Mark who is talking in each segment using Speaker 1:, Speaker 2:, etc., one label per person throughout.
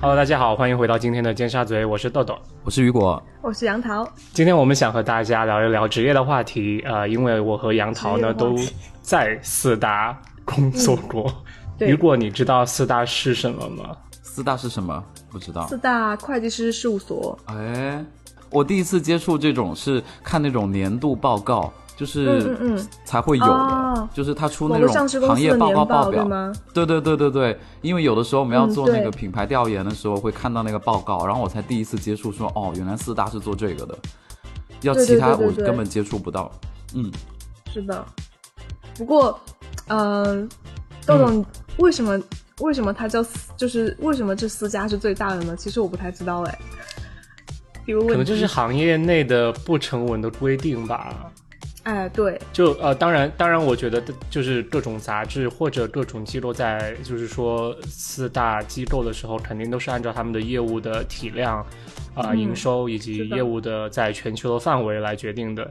Speaker 1: Hello，大家好，欢迎回到今天的尖沙咀，我是豆豆。
Speaker 2: 我是雨果，
Speaker 3: 我是杨桃，
Speaker 1: 今天我们想和大家聊一聊职业的话题，呃，因为我和杨桃呢
Speaker 3: 职业的
Speaker 1: 都
Speaker 3: 话题
Speaker 1: 在四大工作过。
Speaker 3: 嗯对
Speaker 1: 雨果，你知道四大是什么吗？
Speaker 2: 四大是什么？不知道
Speaker 3: 四。大会计师事务所。
Speaker 2: 哎，我第一次接触这种是看那种年度报告，就是
Speaker 3: 嗯嗯嗯
Speaker 2: 才会有的，
Speaker 3: 哦
Speaker 2: 就是他出
Speaker 3: 某
Speaker 2: 那
Speaker 3: 个上市
Speaker 2: 种行
Speaker 3: 公司
Speaker 2: 业
Speaker 3: 的
Speaker 2: 报
Speaker 3: 年
Speaker 2: 告报
Speaker 3: 对
Speaker 2: 表。
Speaker 3: 吗？
Speaker 2: 对对对对对，因为有的时候我们要
Speaker 3: 嗯
Speaker 2: 做那
Speaker 3: 对
Speaker 2: 个品牌调研的时候，会看到那个报告，然后我才第一次接触说，哦，原来四大是做这个的，要
Speaker 3: 对对
Speaker 2: 其他
Speaker 3: 对对
Speaker 2: 我
Speaker 3: 对
Speaker 2: 根本接触不到。嗯，
Speaker 3: 是的。不过，嗯、豆豆，为什么为什么它叫四就是为什么这四家是最大的呢？其实我不太知道哎。比如问
Speaker 1: 可能就是行业内的不成文的规定吧。
Speaker 3: 哎，对，
Speaker 1: 就呃，当然，当然，我觉得就是各种杂志或者各种机构在就是说四大机构的时候，肯定都是按照他们的业务的体量、啊、
Speaker 3: 嗯
Speaker 1: 营收以
Speaker 3: 是
Speaker 1: 及
Speaker 3: 的
Speaker 1: 业务的在全球的范围来决定的。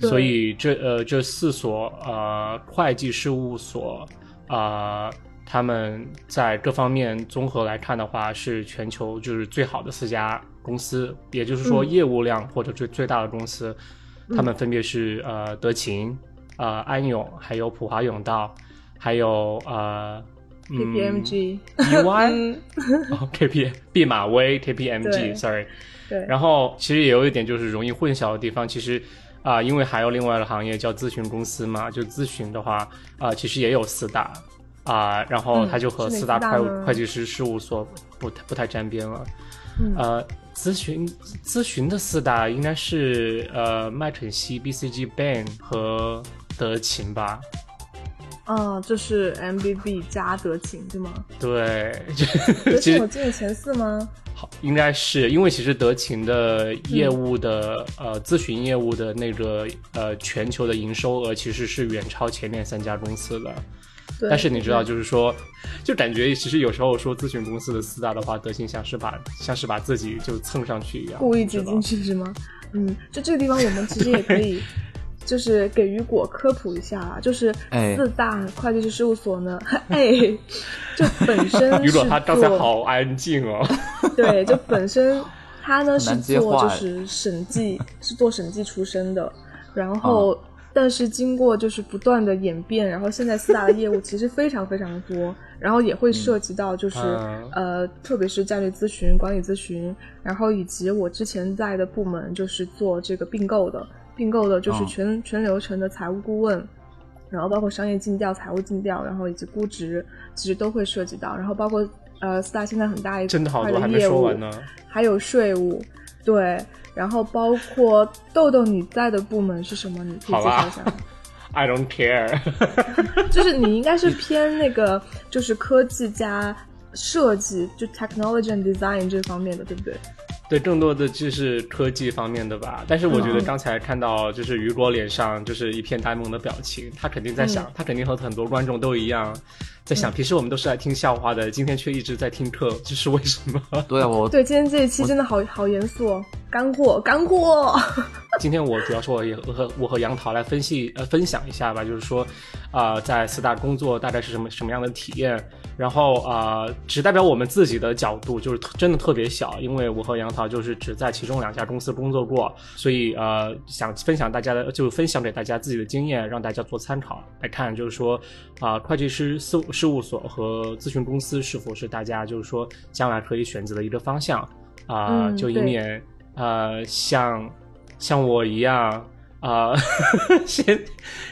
Speaker 3: 对
Speaker 1: 所以这呃这四所呃会计事务所啊、呃他们在各方面综合来看的话，是全球就是最好的四家公司，也就是说
Speaker 3: 嗯
Speaker 1: 业务量或者最最大的公司。
Speaker 3: 嗯
Speaker 1: 他们分别是呃德勤、呃安永，还有普华永道，还有呃嗯
Speaker 3: KPMG，、
Speaker 1: EY、哦 KP 毕马威
Speaker 3: 对
Speaker 1: KPMG，sorry。
Speaker 3: 对，
Speaker 1: 然后其实也有一点就是容易混淆的地方，其实啊、因为还有另外的行业叫咨询公司嘛，就咨询的话啊、其实也有四大啊、然后
Speaker 3: 嗯
Speaker 1: 它就和
Speaker 3: 是哪
Speaker 1: 四大
Speaker 3: 四大
Speaker 1: 会
Speaker 3: 呢
Speaker 1: 会计师事务所不太不太沾边了。
Speaker 3: 嗯
Speaker 1: 呃，咨询咨询的四大应该是呃麦肯锡、BCG、Bain 和德勤吧？
Speaker 3: 嗯，就是 MBB 加德勤对吗？
Speaker 1: 对，
Speaker 3: 德
Speaker 1: 其
Speaker 3: 勤
Speaker 1: 实
Speaker 3: 有进前四吗？
Speaker 1: 好，应该是因为其实德勤的业务的、
Speaker 3: 嗯
Speaker 1: 呃咨询业务的那个呃全球的营收额其实是远超前面三家公司的。
Speaker 3: 对，
Speaker 1: 但是你知道，就是说，就感觉其实有时候说咨询公司的四大的话，德勤像是把像是把自己就蹭上去一样，
Speaker 3: 故意
Speaker 1: 你知
Speaker 3: 挤
Speaker 1: 道
Speaker 3: 进去是吗？嗯，就这个地方我们其实也可以， 就是给雨果科普一下啊，就是
Speaker 2: 哎
Speaker 3: 四大会计师事务所呢， 哎，就本身
Speaker 1: 雨果
Speaker 3: 是
Speaker 1: 他刚才
Speaker 3: 做
Speaker 1: 好安静哦，
Speaker 3: 对，就本身他呢是
Speaker 2: 难接
Speaker 3: 做
Speaker 2: 话
Speaker 3: 就
Speaker 2: 哎
Speaker 3: 是审计，是做审计出身的，然
Speaker 2: 哦
Speaker 3: 后、但是经过就是不断的演变，然后现在四大的业务其实非常非常的多，然后也会涉及到就是、
Speaker 1: 嗯
Speaker 3: 呃，特别是战略咨询、管理咨询，然后以及我之前在的部门就是做这个并购的，并购的就是
Speaker 2: 嗯
Speaker 3: 全、全流程的财务顾问。然后包括商业尽调、财务尽调，然后以及估值，其实都会涉及到。然后包括呃，四大现在很大一
Speaker 1: 真的好
Speaker 3: 块
Speaker 1: 多还没
Speaker 3: 业
Speaker 1: 说
Speaker 3: 务，
Speaker 1: 完呢。
Speaker 3: 还有税务，对，然后包括豆豆你在的部门是什么？你可以
Speaker 1: 好
Speaker 3: 介绍
Speaker 1: 吧
Speaker 3: 一下吗。
Speaker 1: I don't care，
Speaker 3: 就是你应该是偏那个，就是科技加设计，就 technology and design 这方面的，对不对？
Speaker 1: 对，更多的就是科技方面的吧。但是我觉得
Speaker 3: 嗯
Speaker 1: 刚才看到就是雨果脸上就是一片呆萌的表情，他肯定在想，他肯定和很多观众都一样，在想、平时我们都是来听笑话的，今天却一直在听课，这是为什么？
Speaker 2: 对啊我
Speaker 3: 对，今天这一期真的好好严肃哦，干货，干货。
Speaker 1: 今天我主要是我也和我和杨桃来分析呃分享一下吧，就是说，啊、在四大工作大概是什么什么样的体验，然后啊、呃只代表我们自己的角度，就是特真的特别小，因为我和杨桃就是只在其中两家公司工作过，所以呃想分享大家的就分享给大家自己的经验，让大家做参考来看，就是说啊、会计师事务事务所和咨询公司是否是大家就是说将来可以选择的一个方向啊、
Speaker 3: 嗯
Speaker 1: 就以
Speaker 3: 对
Speaker 1: 免呃像。像我一样 啊， 现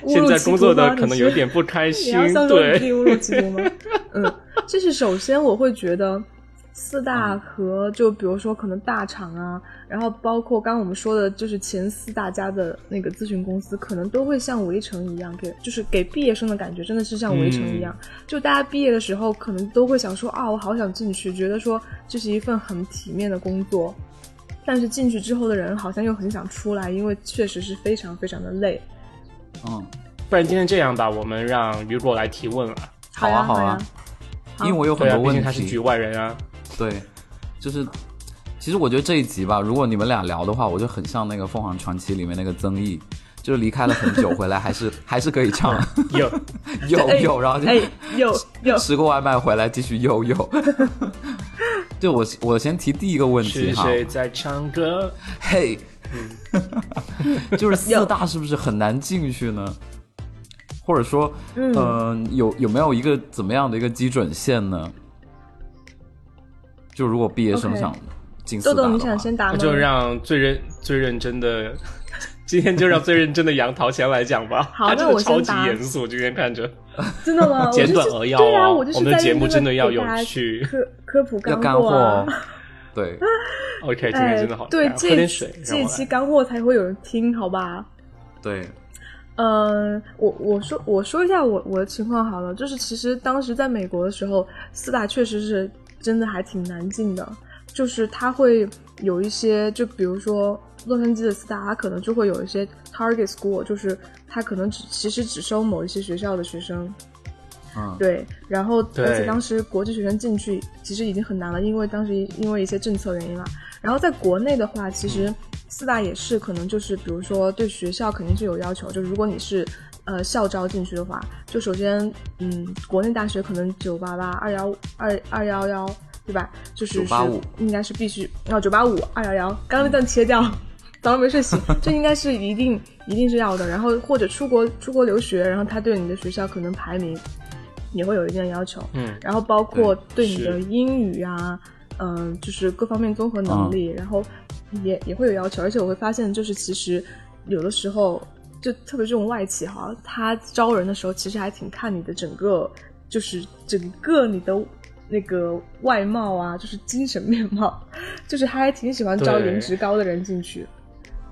Speaker 3: 误入
Speaker 1: 现在
Speaker 3: 歧途
Speaker 1: 工作的
Speaker 3: 吗
Speaker 1: 可能
Speaker 3: 你
Speaker 1: 有
Speaker 3: 是
Speaker 1: 点不开
Speaker 3: 你
Speaker 1: 心
Speaker 3: 要，像这种
Speaker 1: 对
Speaker 3: 地误入歧途吗？ 嗯，就是首先我会觉得四大和就比如说可能大厂啊，然后包括刚刚我们说的，就是前四大家的那个咨询公司，可能都会像围城一样，给就是给毕业生的感觉真的是像围城
Speaker 2: 嗯
Speaker 3: 一样，就大家毕业的时候可能都会想说啊，我好想进去，觉得说这是一份很体面的工作。但是进去之后的人好像又很想出来，因为确实是非常非常的累。
Speaker 2: 嗯，
Speaker 1: 不然今天这样吧，我们让雨果来提问了。
Speaker 2: 好啊
Speaker 3: 呀
Speaker 2: 好
Speaker 3: 呀
Speaker 2: 啊，因为我有很
Speaker 1: 对啊，
Speaker 2: 多
Speaker 1: 毕
Speaker 2: 问
Speaker 1: 竟
Speaker 2: 题。
Speaker 1: 他是局外人 啊。
Speaker 2: 对，就是其实我觉得这一集吧，如果你们俩聊的话，我就很像那个《凤凰传奇》里面那个曾毅，就是离开了很久回来，还是还是可以唱
Speaker 1: 有
Speaker 2: 又
Speaker 3: 哎
Speaker 2: 又，然后就
Speaker 3: 哎，有有，
Speaker 2: 吃过外卖回来继续又又。 对我我先提第一个问题
Speaker 1: 是嗯
Speaker 2: 哈，
Speaker 1: 谁在唱歌？
Speaker 2: 嘿， 就是四大是不是很难进去呢？或者说，嗯，有有没有一个怎么样的一个基准线呢？就如果毕业生
Speaker 3: OK
Speaker 2: 想进四
Speaker 3: 豆
Speaker 2: 大的
Speaker 3: 豆，
Speaker 2: 话，
Speaker 3: 你想先答
Speaker 1: 那
Speaker 3: 吗？
Speaker 1: 就让最认最认真的，今天就让最认真的杨桃先来讲吧。
Speaker 3: 好
Speaker 1: 他真
Speaker 3: 那
Speaker 1: 的
Speaker 3: 我先
Speaker 1: 超级
Speaker 3: 答
Speaker 1: 严肃，今天看着
Speaker 3: 真的 吗？我
Speaker 1: 简短
Speaker 3: 就是
Speaker 1: 扼要
Speaker 3: 对啊，
Speaker 1: 哦
Speaker 3: 我就是
Speaker 1: 我们的
Speaker 3: 在
Speaker 1: 节目
Speaker 3: 认
Speaker 1: 真的要
Speaker 3: 给
Speaker 1: 有
Speaker 3: 大家
Speaker 1: 趣
Speaker 3: 科科 普
Speaker 2: 要干
Speaker 3: 货
Speaker 2: 货
Speaker 3: 啊
Speaker 2: 哦。， 对，
Speaker 1: ，OK，今天
Speaker 3: 哎
Speaker 1: 真的好，，
Speaker 3: 对，
Speaker 1: 喝
Speaker 3: 这
Speaker 1: 点水，让
Speaker 3: 这
Speaker 1: 我
Speaker 3: 期
Speaker 1: 来
Speaker 3: 干货才会有人听，好吧？
Speaker 2: 对，
Speaker 3: 嗯，我我说我说一下我我的情况好了，就是其实当时在美国的时候，四大确实是真的还挺难进的，就是它会有一些，就比如说洛杉矶的四大，它可能就会有一些 target school，就是它可能只其实只收某一些学校的学生，
Speaker 2: 嗯，
Speaker 3: 对，然后
Speaker 1: 对
Speaker 3: 而且当时国际学生进去其实已经很难了，因为当时因为一些政策原因嘛。然后在国内的话，其实四大也是可能就是，比如说对学校肯定是有要求，就如果你是呃校招进去的话，就首先嗯，国内大学可能九八八、二幺二二幺幺，对吧？就是是
Speaker 2: 985
Speaker 3: 应该是必须哦，九八五二幺幺，刚刚那段切掉。 早上没睡醒，这应该是一定一定是要的。然后或者出国出国留学，然后他对你的学校可能排名也会有一定的要求。
Speaker 1: 嗯，
Speaker 3: 然后包括对你
Speaker 1: 是啊
Speaker 3: 的英语啊，嗯、就是各方面综合能力，然后也也会有要求。而且我会发现，就是其实有的时候，就特别这种外企哈，他招人的时候其实还挺看你的整个，就是整个你的。那个外貌啊，就是精神面貌，就是他还挺喜欢招
Speaker 1: 对
Speaker 3: 颜值高的人进去。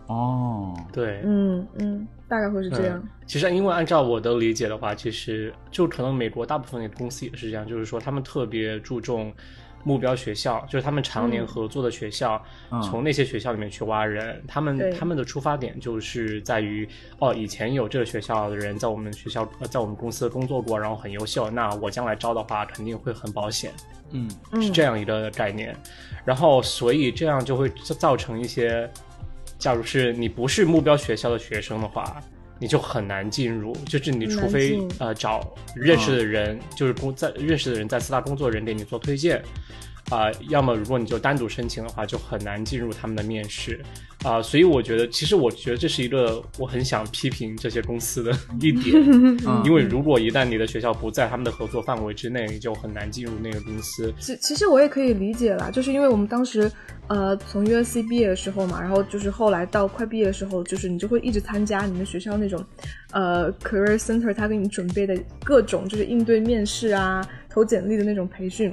Speaker 2: 哦，
Speaker 1: 对，
Speaker 3: 嗯嗯，大概会是这样。
Speaker 1: 嗯。其实，因为按照我的理解的话，其实就可能美国大部分的公司也是这样，就是说他们特别注重目标学校，就是他们常年
Speaker 3: 嗯
Speaker 1: 合作的学校，
Speaker 2: 嗯
Speaker 1: 从那些学校里面去挖人。他们
Speaker 3: 对
Speaker 1: 他们的出发点就是在于，哦，以前有这个学校的人在我们学校、呃在我们公司工作过，然后很优秀，那我将来招的话肯定会很保险。
Speaker 2: 嗯，
Speaker 3: 嗯，
Speaker 1: 是这样一个概念。然后，所以这样就会造成一些，假如是你不是目标学校的学生的话，你就很难进入。就是你除非
Speaker 3: 很难进嗯
Speaker 1: 呃找认识的人，就是工在认识的人在四大工作人给你做推荐。啊、要么如果你就单独申请的话，就很难进入他们的面试啊、所以我觉得，其实我觉得这是一个我很想批评这些公 司的一点，
Speaker 2: 嗯
Speaker 1: 因为如果一旦你的学校不在他们的合作范围之内，你就很难进入那个公司。
Speaker 3: 其其实我也可以理解啦，就是因为我们当时，呃，从 USC 毕业的时候嘛，然后就是后来到快毕业的时候，就是你就会一直参加你们学校那种，呃，career center 他给你准备的各种就是应对面试啊、投简历的那种培训。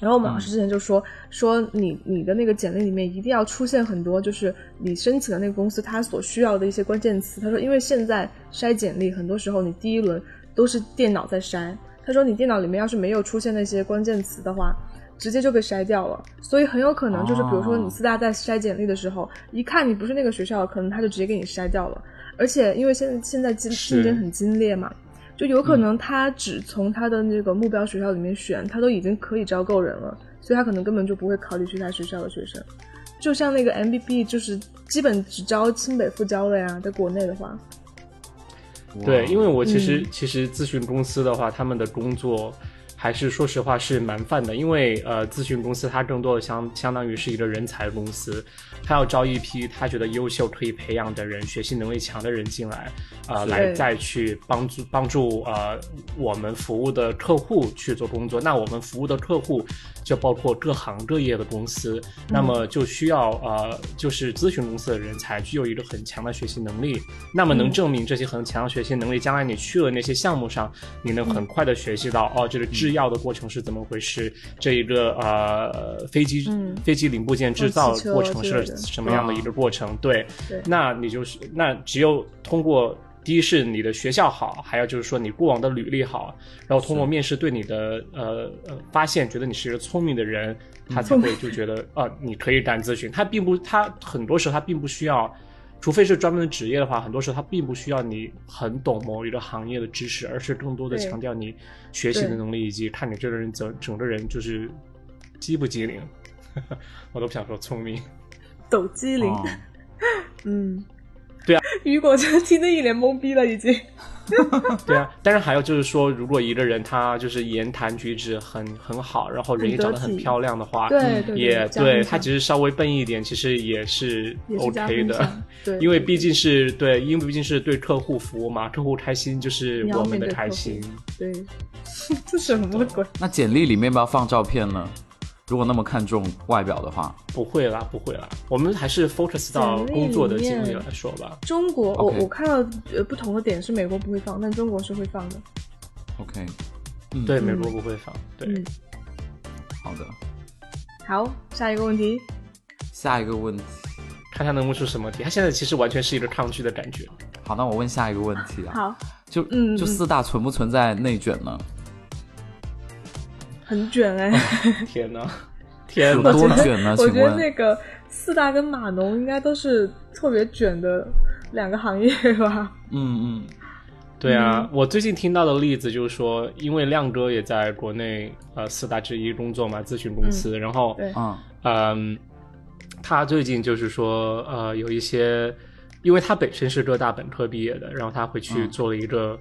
Speaker 3: 然后我们老师之前就说、说你你的那个简历里面一定要出现很多就是你申请的那个公司它所需要的一些关键词。他说，因为现在筛简历很多时候你第一轮都是电脑在筛，他说你电脑里面要是没有出现那些关键词的话，直接就被筛掉了。所以很有可能就是比如说你
Speaker 2: 哦
Speaker 3: 四大在筛简历的时候，一看你不是那个学校，可能他就直接给你筛掉了。而且因为现在现在竞竞
Speaker 1: 是
Speaker 3: 争很激烈嘛，就有可能他只从他的那个目标学校里面选，他都已经可以招够人了，所以他可能根本就不会考虑其他学校的学生。就像那个 MBB，就是基本只招清北复交的呀，在国内的话，
Speaker 1: 对，因为我其实、
Speaker 3: 嗯
Speaker 1: 其实咨询公司的话，他们的工作还是说实话是蛮泛的，因为呃，咨询公司它更多的相相当于是一个人才公司，它要招一批他觉得优秀可以培养的人、学习能力强的人进来，呃，
Speaker 2: 是
Speaker 1: 来再去帮助帮助呃我们服务的客户去做工作。那我们服务的客户就包括各行各业的公司，那么就需要呃，就是咨询公司的人才具有一个很强的学习能力，那么能
Speaker 3: 嗯
Speaker 1: 证明这些很强的学习能力，将来你去了那些项目上，你能很快的学习到、哦，这个制药的过程是怎么回事，这一个呃飞机、
Speaker 3: 嗯
Speaker 1: 飞机零部件制造
Speaker 3: 汽车
Speaker 1: 过程
Speaker 3: 之
Speaker 1: 是
Speaker 3: 类的
Speaker 1: 什么样的一个过程，对，
Speaker 3: 对
Speaker 1: 那你就是那只有通过。第一是你的学校好，还有就是说你过往的履历好，然后通过面试对你的呃呃发现，觉得你是一个聪明的人，他才会就觉 得啊、你可以干咨询。他并不，他很多时候他并不需要，除非是专门的职业的话，很多时候他并不需要你很懂某一个行业的知识，而是更多的
Speaker 3: 对
Speaker 1: 强调你学习的
Speaker 3: 对
Speaker 1: 能力以及看你这个人整整个人就是机不机灵。 我都不想说聪明，
Speaker 3: 抖机灵，
Speaker 2: 哦
Speaker 3: 嗯，
Speaker 1: 对啊，
Speaker 3: 雨果就听得一脸懵逼了，已经。
Speaker 1: 对啊，但是还有就是说，如果一个人他就是言谈举止很很好，然后人也长得很漂亮的话，
Speaker 3: 对对
Speaker 1: 啊嗯也
Speaker 3: 对
Speaker 1: 他其实稍微笨一点，其实也是
Speaker 3: 也是加
Speaker 1: OK
Speaker 3: 分
Speaker 1: 的
Speaker 3: 项，对，
Speaker 1: 因为
Speaker 3: 对
Speaker 1: 毕
Speaker 3: 对
Speaker 1: 竟是对，因为毕竟是对客户服务嘛，客户开心就是
Speaker 3: 你要
Speaker 1: 我们
Speaker 3: 面
Speaker 1: 的
Speaker 3: 对
Speaker 1: 开
Speaker 3: 客户
Speaker 1: 心。
Speaker 3: 对， 这什么鬼？
Speaker 2: 那简历里面要不要放照片呢？如果那么看重外表的话，
Speaker 1: 不会啦，不会啦，我们还是 focus 到
Speaker 3: 简历
Speaker 1: 工作的
Speaker 3: 里
Speaker 1: 经历
Speaker 3: 面
Speaker 1: 来说吧。
Speaker 3: 中国，我
Speaker 2: OK
Speaker 3: 我看到呃不同的点是美国不会放，但中国是会放的。
Speaker 2: OK，嗯
Speaker 1: 对，美
Speaker 3: 嗯
Speaker 1: 国不会放。对，
Speaker 3: 嗯，
Speaker 2: 好的。
Speaker 3: 好，下一个问题，
Speaker 2: 下一个问题，
Speaker 1: 看他能问出什么题。他现在其实完全是一个抗拒的感 觉。
Speaker 2: 好，那我问下一个问题啊，
Speaker 3: 好，
Speaker 2: 就
Speaker 3: 嗯
Speaker 2: 就
Speaker 3: 嗯
Speaker 2: 四大存不存在内卷呢？
Speaker 3: 很卷哎，
Speaker 1: 啊 天哪，天
Speaker 2: 有
Speaker 1: 哪！
Speaker 2: 多卷呢？
Speaker 3: 我
Speaker 2: 请
Speaker 3: 觉得那
Speaker 2: 问，
Speaker 3: 个四大跟码农应该都是特别卷的两个行业吧？
Speaker 2: 嗯嗯，
Speaker 1: 对
Speaker 2: 嗯
Speaker 1: 啊，我最近听到的例子就是说，因为亮哥也在国内呃四大之一工作嘛，咨询公司，然后
Speaker 3: 对
Speaker 2: 嗯，
Speaker 1: 嗯，他最近就是说呃有一些，因为他本身是浙大本科毕业的，然后他回去
Speaker 2: 嗯
Speaker 1: 做了一个。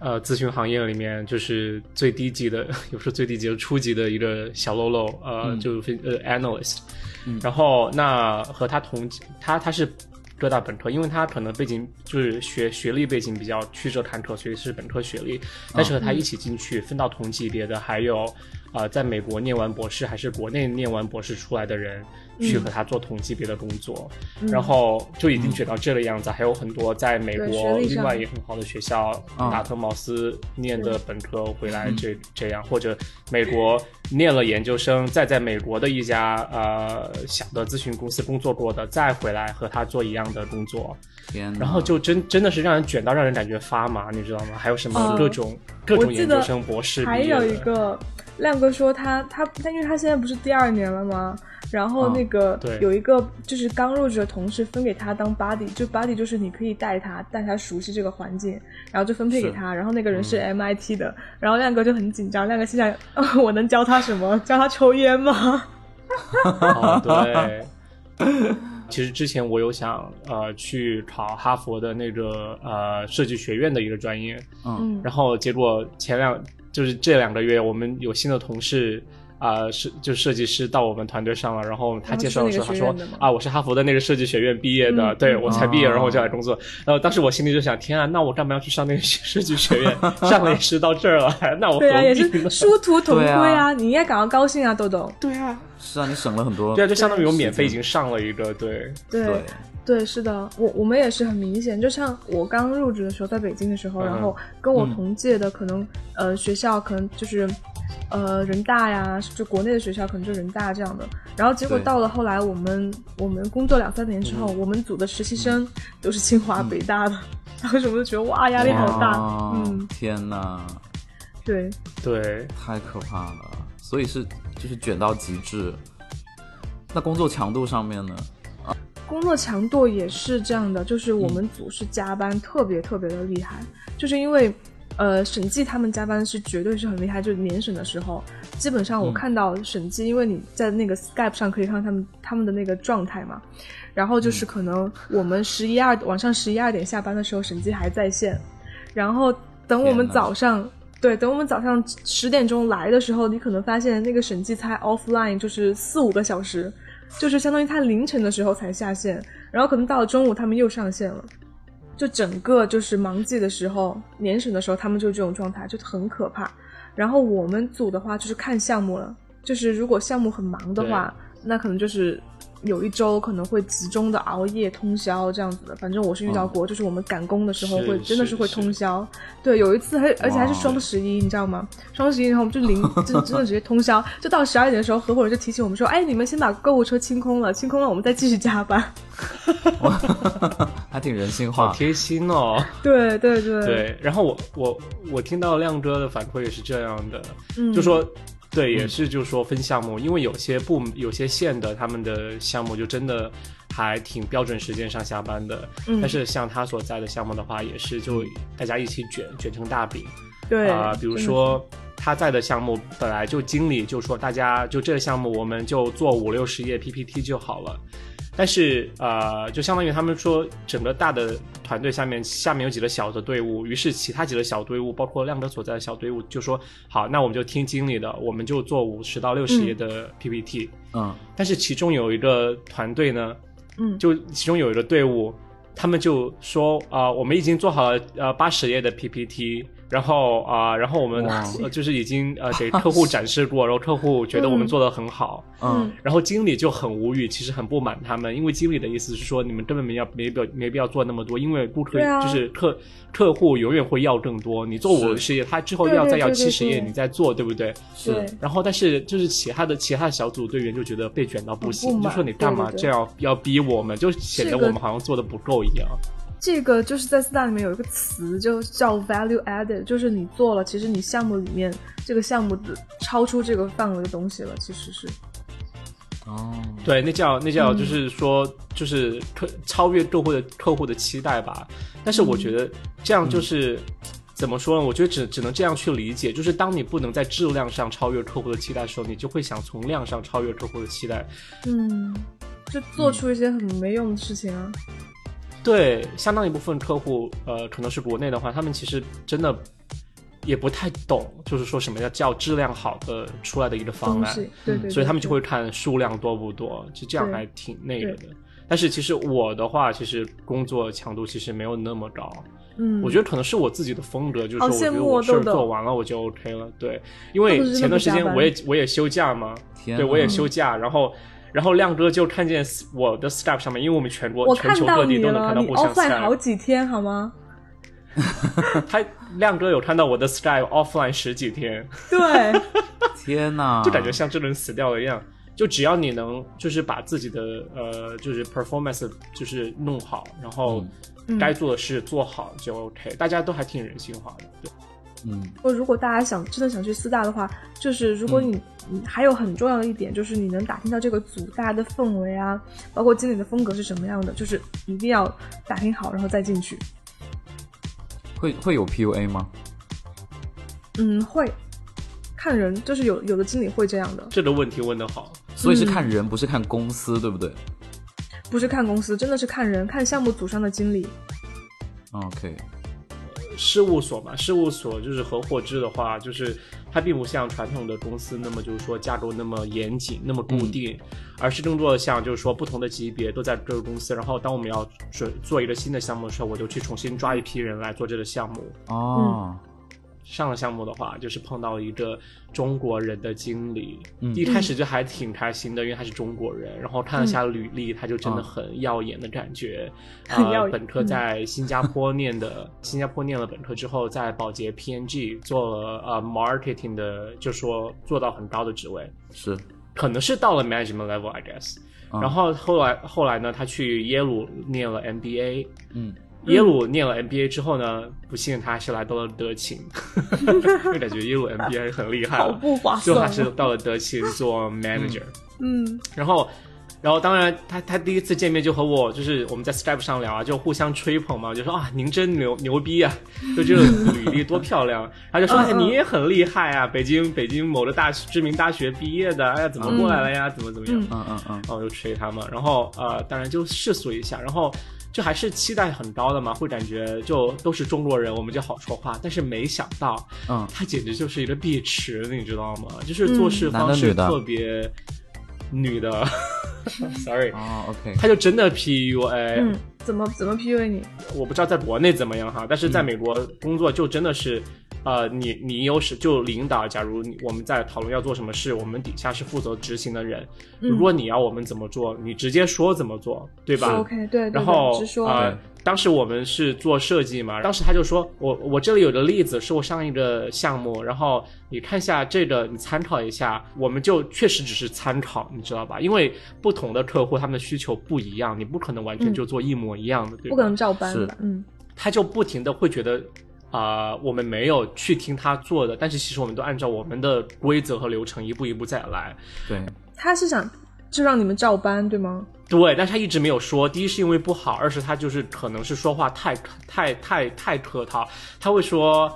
Speaker 1: 呃，咨询行业里面就是最低级的， 有时候最低级的初级的一个小喽啰，呃，
Speaker 2: 嗯
Speaker 1: 就是分呃 analyst，
Speaker 2: 嗯
Speaker 1: 然后那和他同级他他是浙大本科，因为他可能背景就是学学历背景比较曲折坎坷，所以是本科学历。但是和他一起进去分到同级别的还有，呃，在美国念完博士还是国内念完博士出来的人，去
Speaker 3: 嗯
Speaker 1: 和他做同级别的工作，
Speaker 3: 嗯
Speaker 1: 然后就已经卷到这个样子。还有很多在美
Speaker 3: 对
Speaker 1: 国
Speaker 3: 学历
Speaker 1: 另
Speaker 3: 上
Speaker 1: 外也很好的学校，
Speaker 2: 嗯
Speaker 1: 达特茅斯念的本科回来这这样，或者美国念了研究生，再在美国的一家呃小的咨询公司工作过的，再回来和他做一样的工作，
Speaker 2: 天哪，
Speaker 1: 然后就真真的是让人卷到让人感觉发麻，你知道吗？还有什么
Speaker 3: 嗯
Speaker 1: 各种、各
Speaker 3: 我
Speaker 1: 种
Speaker 3: 记
Speaker 1: 研究
Speaker 3: 得
Speaker 1: 生、博士毕
Speaker 3: 还
Speaker 1: 业
Speaker 3: 有
Speaker 1: 的
Speaker 3: 一个亮哥说他他，但因为他现在不是第二年了吗？然后
Speaker 2: 嗯
Speaker 3: 那个
Speaker 1: 啊对
Speaker 3: 有一个就是刚入职的同事分给他当 buddy，就 buddy 就是你可以带他，带他熟悉这个环境，然后就分配给
Speaker 2: 是
Speaker 3: 他。然后那个人是
Speaker 1: 嗯
Speaker 3: MIT 的，然后亮哥就很紧张，亮哥心想、 哦我能教他什么？教他抽烟吗？
Speaker 1: 哦， 对。其实之前我有想呃去考哈佛的那个呃设计学院的一个专业，
Speaker 2: 嗯
Speaker 3: 嗯，
Speaker 1: 然后结果前两就是这两个月我们有新的同事。啊、设就设计师到我们团队上了，然后他
Speaker 3: 然后
Speaker 1: 介
Speaker 3: 是
Speaker 1: 绍的
Speaker 3: 那
Speaker 1: 时
Speaker 3: 个
Speaker 1: 候，他
Speaker 3: 学
Speaker 1: 说
Speaker 3: 院的吗
Speaker 1: 啊，我是哈佛的那个设计学院毕业的，
Speaker 3: 嗯
Speaker 1: 对
Speaker 3: 嗯
Speaker 1: 我才毕业，
Speaker 2: 哦
Speaker 1: 然后我就来工作。然后当时我心里就想，天啊，那我干嘛要去上那个设计学院？上了也是到这儿了，那我何
Speaker 3: 对啊，也
Speaker 1: 必
Speaker 3: 是
Speaker 1: 呢？
Speaker 3: 殊途同归
Speaker 2: 对啊
Speaker 3: 你应该感到高兴啊，豆豆。
Speaker 1: 对啊，
Speaker 2: 是啊，你省了很多
Speaker 1: 对啊，就相当于我免费已经上了一个，对，
Speaker 2: 对，
Speaker 3: 对，是的，我我们也是很明显，就像我刚入职的时候，在北京的时候，
Speaker 1: 嗯
Speaker 3: 然后跟我同届的可能、呃学校可能就是呃人大呀，就国内的学校可能就人大这样的，然后结果
Speaker 2: 对
Speaker 3: 到了后来，我们我们工作两三年之后，我们组的实习生都是清华、北大的，当时我们就觉得哇压力好大，
Speaker 2: 哇
Speaker 3: 嗯，
Speaker 2: 天哪，
Speaker 3: 对，
Speaker 1: 对，
Speaker 2: 太可怕了，所以是就是卷到极致。那工作强度上面呢？
Speaker 3: 工作强度也是这样的，就是我们组是加班特别特别的厉害，就是因为。呃，审计他们加班是绝对是很厉害，就是年审的时候，基本上我
Speaker 2: 嗯
Speaker 3: 看到审计，因为你在那个 Skype 上可以看到他们他们的那个状态嘛，然后
Speaker 2: 嗯
Speaker 3: 就是可能我们十一二晚上十一二点下班的时候，审计还在线，然后等我
Speaker 2: 天
Speaker 3: 们
Speaker 2: 呐
Speaker 3: 早上对等我们早上十点钟来的时候，你可能发现那个审计才 offline 就是四五个小时，就是相当于他凌晨的时候才下线，然后可能到了中午他们又上线了。就整个就是忙季的时候，年审的时候，他们就这种状态，就很可怕。然后我们组的话就是看项目了，就是如果项目很忙的话，那可能就是有一周可能会集中的熬夜通宵这样子的。反正我是遇到过，就是我们赶工的时候
Speaker 1: 哦是
Speaker 3: 会真的
Speaker 1: 是
Speaker 3: 是会
Speaker 1: 是
Speaker 3: 通宵。对，有一次还而且还是
Speaker 2: 哇
Speaker 3: 双十一，你知道吗？双十一然后我们就 零就真的直接通宵，就到十二点的时候，合伙人就提醒我们说：“哎，你们先把购物车清空了，清空了我们再继续加班。
Speaker 2: 还挺人性
Speaker 1: 好
Speaker 2: 化，
Speaker 1: 贴心哦。
Speaker 3: 对”对对，
Speaker 1: 对，然后我我我听到亮哥的反馈也是这样的，
Speaker 3: 嗯
Speaker 1: 就说对，也是就说分项目，因为有些部有些县的他们的项目就真的还挺标准时间上下班的，
Speaker 3: 嗯
Speaker 1: 但是像他所在的项目的话，也是就大家一起卷卷成大饼
Speaker 3: 对
Speaker 1: 啊、比如
Speaker 3: 真的
Speaker 1: 说。他在的项目本来就经理就说，大家就这个项目我们就做五六十页 PPT 就好了，但是呃，就相当于他们说整个大的团队下面下面有几个小的队伍，于是其他几个小队伍，包括亮哥所在的小队伍，就说好，那我们就听经理的，我们就做五十到六十页的 PPT、
Speaker 2: 嗯，
Speaker 1: 但是其中有一个团队呢，
Speaker 3: 嗯，
Speaker 1: 就其中有一个队伍，他们就说啊、我们已经做好了呃八十页的 PPT，然后啊、然后我们
Speaker 2: 哇
Speaker 1: 呃就是已经呃给客户展示过，然后客户觉得我们做的很好，
Speaker 2: 嗯，
Speaker 1: 然后经理就很无语，其实很不满他们，因为经理的意思是说你们根本没要没必要没必要做那么多，因为顾客、
Speaker 3: 对啊
Speaker 1: 就是客客户永远会要更多，你做
Speaker 2: 是
Speaker 1: 五十页，他之后
Speaker 3: 对
Speaker 1: 要
Speaker 3: 对
Speaker 1: 再要
Speaker 3: 对对
Speaker 1: 七十页，
Speaker 3: 对
Speaker 1: 你再做，对不对？嗯
Speaker 3: 对
Speaker 2: 是，
Speaker 1: 然后，但是就是其他的其他小组队员就觉得被卷到不行，
Speaker 3: 不满
Speaker 1: 就说你干嘛
Speaker 3: 对对对
Speaker 1: 这样要逼我们，就显得我们好像做的不够一样。
Speaker 3: 这个就是在四大里面有一个词，就叫 value added，就是你做了，其实你项目里面这个项目的超出这个范围的东西了，其实是
Speaker 1: 嗯
Speaker 2: 哦，
Speaker 1: 对，那叫那叫
Speaker 3: 嗯
Speaker 1: 就是说、就是客超越客户的客户的期待吧。但是我
Speaker 3: 嗯
Speaker 1: 觉得这样就是。怎么说呢？我觉得只只能这样去理解，就是当你不能在质量上超越客户的期待的时候，你就会想从量上超越客户的期待。
Speaker 3: 嗯，就做出一些很没用的事情啊。
Speaker 1: 对，相当一部分客户，呃，可能是国内的话，他们其实真的也不太懂，就是说什么叫叫质量好的出来的一个方
Speaker 3: 东
Speaker 1: 案
Speaker 3: 西，，对对对，
Speaker 1: 嗯所以他们就
Speaker 3: 对
Speaker 1: 会看数量多不多，就这样
Speaker 3: 对
Speaker 1: 还挺那个的。但是其实我的话，其实工作强度其实没有那么高，
Speaker 3: 嗯，
Speaker 1: 我觉得可能是我自己的风格，就是
Speaker 3: 好
Speaker 1: 我觉
Speaker 3: 羡
Speaker 1: 得
Speaker 3: 慕
Speaker 1: 我
Speaker 3: 哦
Speaker 1: 事儿
Speaker 3: 豆豆
Speaker 1: 做完了我就 OK 了。对，因
Speaker 3: 豆豆
Speaker 1: 为
Speaker 3: 真的
Speaker 1: 前段时间
Speaker 3: 不加班嗯
Speaker 1: 我也我也休假嘛，
Speaker 2: 天哪，
Speaker 1: 对我也休假，然后。然后亮哥就看见我的 Skype 上面，因为我们全国
Speaker 3: 我
Speaker 1: 全
Speaker 3: 看
Speaker 1: 球
Speaker 3: 到
Speaker 1: 各地
Speaker 3: 你
Speaker 1: 都能
Speaker 3: 了，
Speaker 1: 看到
Speaker 3: 你
Speaker 1: 互相
Speaker 3: offline 好
Speaker 1: Skype，
Speaker 3: 几天 好吗？
Speaker 1: 他亮哥有看到我的 Skype offline 十几天，
Speaker 3: 对，
Speaker 2: 天哪，
Speaker 1: 就感觉像这人死掉了一样。就只要你能，就是把自己的呃，就是 performance 就是弄好，然后
Speaker 3: 嗯
Speaker 1: 该做的事做好就 OK，、大家都还挺人性化的。对，
Speaker 2: 嗯
Speaker 3: 说如果大家想真的想去四大的话，就是
Speaker 1: 嗯
Speaker 3: 如果你、你还有很重要的一点，就是你能打听到这个组大家的氛围啊，包括经理的风格是什么样的，就是一定要打听好，然后再进去。
Speaker 2: 会会有 PUA 吗？
Speaker 3: 嗯，会看人，就是有有的经理会这样的，
Speaker 1: 这个问题问得好，
Speaker 2: 所以是看人，不是看公司，对不对
Speaker 3: 不是看公司，真的是看人，看项目组上的经理。
Speaker 1: 嗯
Speaker 2: ？OK，
Speaker 1: 事务所嘛，事务所就是合伙制的话，就是它并不像传统的公司那么就是说架构那么严谨、那么固定，而是更多的像就是说不同的级别都在这个公司，然后当我们要准做一个新的项目的时候，我就去重新抓一批人来做这个项目。
Speaker 2: 哦，
Speaker 1: 上个项目的话，就是碰到一个中国人的经理，
Speaker 2: 嗯
Speaker 1: 一开始就还挺开心的，因为他是中国人。然后看了一下履历，他就真的很耀眼的感 觉。
Speaker 3: 嗯很耀
Speaker 1: 呃，
Speaker 3: 眼嗯
Speaker 1: 本科在新加坡念的，新加坡念了本科之后，在宝洁 PNG 做了呃 marketing 的，就说做到很高的职位，
Speaker 2: 是，
Speaker 1: 可能是到了 management level，I guess。
Speaker 2: 嗯
Speaker 1: 嗯然后后来后来呢，他去耶鲁念了 MBA，
Speaker 2: 嗯，
Speaker 1: 耶鲁念了 MBA 之后呢，不幸他是来到了德勤， 就感觉耶鲁 MBA 很厉害
Speaker 3: 好
Speaker 1: 了，
Speaker 3: 不划
Speaker 1: 就他
Speaker 3: 算
Speaker 1: 是
Speaker 3: 啊。
Speaker 1: 到了德勤做 manager，、
Speaker 3: 嗯，
Speaker 1: 然后。然后，当然他，他第一次见面就和我，就是我们在 Skype 上聊啊，就互相吹捧嘛，就说啊，您真牛牛逼 啊，就这个履历多漂亮。他就说，
Speaker 3: 嗯
Speaker 1: 哎，
Speaker 3: 嗯
Speaker 1: 你也很厉害啊，北京北京某个大学知名大学毕业的，哎呀，怎么过来了呀，怎么怎么样
Speaker 3: 嗯？
Speaker 2: 嗯嗯嗯，
Speaker 1: 然后就哦吹他嘛，然后呃，当然就世俗一下，然后就还是期待很高的嘛，会感觉就都是中国人，我们就好说话。但是没想到，
Speaker 2: 嗯
Speaker 1: 他简直就是一个碧池，你知道吗？就是做事方
Speaker 2: 嗯男的
Speaker 1: 式
Speaker 2: 女的
Speaker 1: 特别女的，sorry，
Speaker 2: 哦，OK，
Speaker 1: 他就真的 PUA，、
Speaker 3: 嗯，怎么怎么 PUA 你？
Speaker 1: 我不知道在国内怎么样哈，但
Speaker 3: 嗯
Speaker 1: 是在美国工作就真的是，呃，你你有时就领导，假如你我们在讨论要做什么事，我们底下是负责执行的人，
Speaker 3: 嗯
Speaker 1: 如果你要我们怎么做，你直接说怎么做，对吧？
Speaker 3: 说 OK，对对对，
Speaker 1: 然后
Speaker 3: 直说。
Speaker 1: 呃
Speaker 2: 对，
Speaker 1: 当时我们是做设计嘛，当时他就说我我这里有个例子是我上一个项目，然后你看一下这个，你参考一下，我们就确实只是参考，你知道吧？因为不同的客户他们的需求不一样，你不可能完全
Speaker 3: 嗯
Speaker 1: 就做一模一样的，对吧？
Speaker 3: 不可能照搬
Speaker 2: 是
Speaker 3: 吧？嗯，
Speaker 1: 他就不停的会觉得，啊、我们没有去听他做的，但是其实我们都按照我们的规则和流程一步一步再来。
Speaker 2: 对，
Speaker 3: 他是想就让你们照搬，对吗？
Speaker 1: 对，但是他一直没有说。第一是因为不好，二是他就是可能是说话太太太太客套，他会说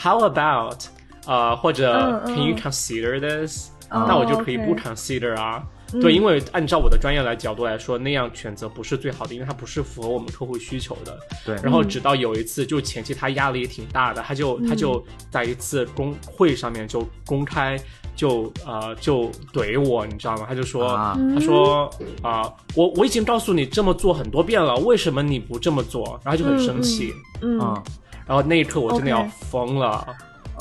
Speaker 1: “How about”，呃，或者
Speaker 3: 嗯嗯
Speaker 1: “Can you consider this”，
Speaker 3: 嗯哦
Speaker 1: 那我就可以
Speaker 3: OK
Speaker 1: 不 consider 啊。
Speaker 3: 嗯
Speaker 1: 对，因为按照我的专业来角度来说，那样选择不是最好的，因为它不是符合我们客户需求的。
Speaker 2: 对
Speaker 1: 然
Speaker 3: 嗯
Speaker 1: 后直到有一次，就前期他压力也挺大的，他就他
Speaker 3: 嗯
Speaker 1: 就在一次公会上面就公开就呃就怼我，你知道吗？他就说、
Speaker 2: 啊
Speaker 1: 他说啊、我我已经告诉你这么做很多遍了，为什么你不这么做？然后就很生气，
Speaker 3: 嗯
Speaker 1: 啊
Speaker 2: 嗯，
Speaker 1: 然后那一刻我真的要
Speaker 3: OK
Speaker 1: 疯了。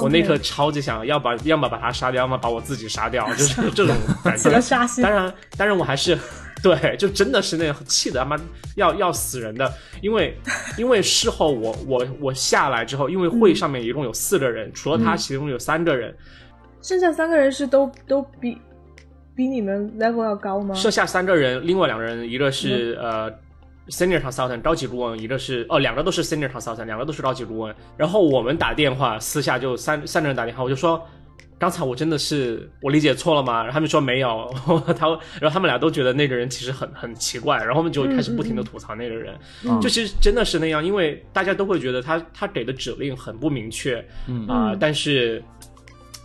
Speaker 1: 我那一刻超级想要把，要么把他杀掉，要么把我自己杀掉，就是 这种感
Speaker 3: 起
Speaker 1: 觉
Speaker 3: 了。杀心
Speaker 1: 当，然，当然我还是 对，就真的是那种气的他妈要要死人的，因为因为事后我我我下来之后，因为会上面一共有四个人，除了他，其中有三个人，
Speaker 3: 剩下三个人是都都比比你们 level 要高吗？
Speaker 1: 剩下三个人，另外两个人，一个是、呃。senior consultant 高级顾问，一个是哦，两个都是 senior consultant，两个都是高级顾问。然后我们打电话，私下就三三个人打电话，我就说，刚才我真的是我理解错了吗？然后他们说没有， 他然后他们俩都觉得那个人其实很很奇怪，然后我们就开始不停的吐槽那个人，
Speaker 2: 嗯
Speaker 1: 就其实真的是那样，因为大家都会觉得他他给的指令很不明确，
Speaker 2: 嗯
Speaker 1: 啊、
Speaker 3: 嗯
Speaker 1: 但是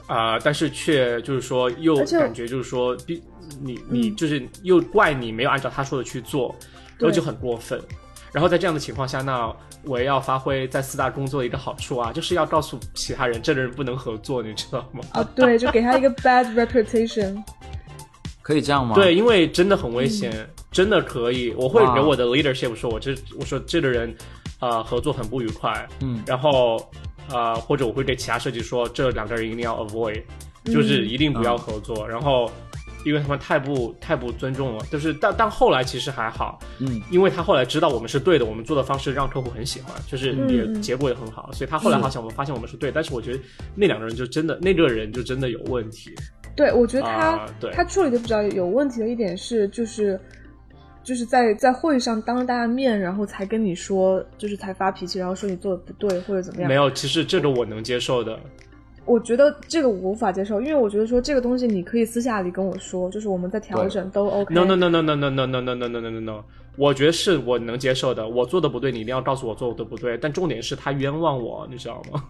Speaker 1: 啊、但是却就是说又
Speaker 3: 而且
Speaker 1: 感觉就是说，比你你
Speaker 3: 嗯
Speaker 1: 就是又怪你没有按照他说的去做，然后
Speaker 3: 对
Speaker 1: 就很过分。然后在这样的情况下，那我也要发挥在四大工作的一个好处啊，就是要告诉其他人，这个人不能合作，你知道吗？
Speaker 3: 啊，对，就给他一个 bad reputation。
Speaker 2: 可以这样吗？
Speaker 1: 对，，因为真的很危险，
Speaker 3: 嗯
Speaker 1: 真的可以。我会
Speaker 2: 哇
Speaker 1: 给我的 leadership 说，我这我说这个人，呃，合作很不愉快，
Speaker 2: 嗯
Speaker 1: 然后呃，或者我会给其他设计说，这两个人一定要 avoid，就是
Speaker 3: 嗯
Speaker 1: 一定不要合作。然后，因为他们太不太不尊重了，就是但但后来其实还好，
Speaker 2: 嗯，
Speaker 1: 因为他后来知道我们是对的，我们做的方式让客户很喜欢，就是
Speaker 3: 嗯
Speaker 1: 也
Speaker 3: 嗯
Speaker 1: 结果也很好，所以他后来好像我们发现我们是对，但是我觉得那两个人就真的那个
Speaker 3: 嗯
Speaker 1: 人就真的有问题，
Speaker 3: 对，我觉得他、
Speaker 1: 啊对
Speaker 3: 他处理的比较有问题的一点是，就是就是在在会议上当着大家面，然后才跟你说，就是才发脾气，然后说你做的不对或者怎么样。
Speaker 1: 没，有，其实这个我能接受的，
Speaker 3: 我觉得这个我无法接受，因为我觉得说这个东西你可以私下里跟我说，就是我们在调整都 OK。
Speaker 1: No no no no no no no no no no no no no no，我觉得是我能接受的。我做的不对，你一定要告诉我做的不对。但重点是他冤枉我，你知道吗？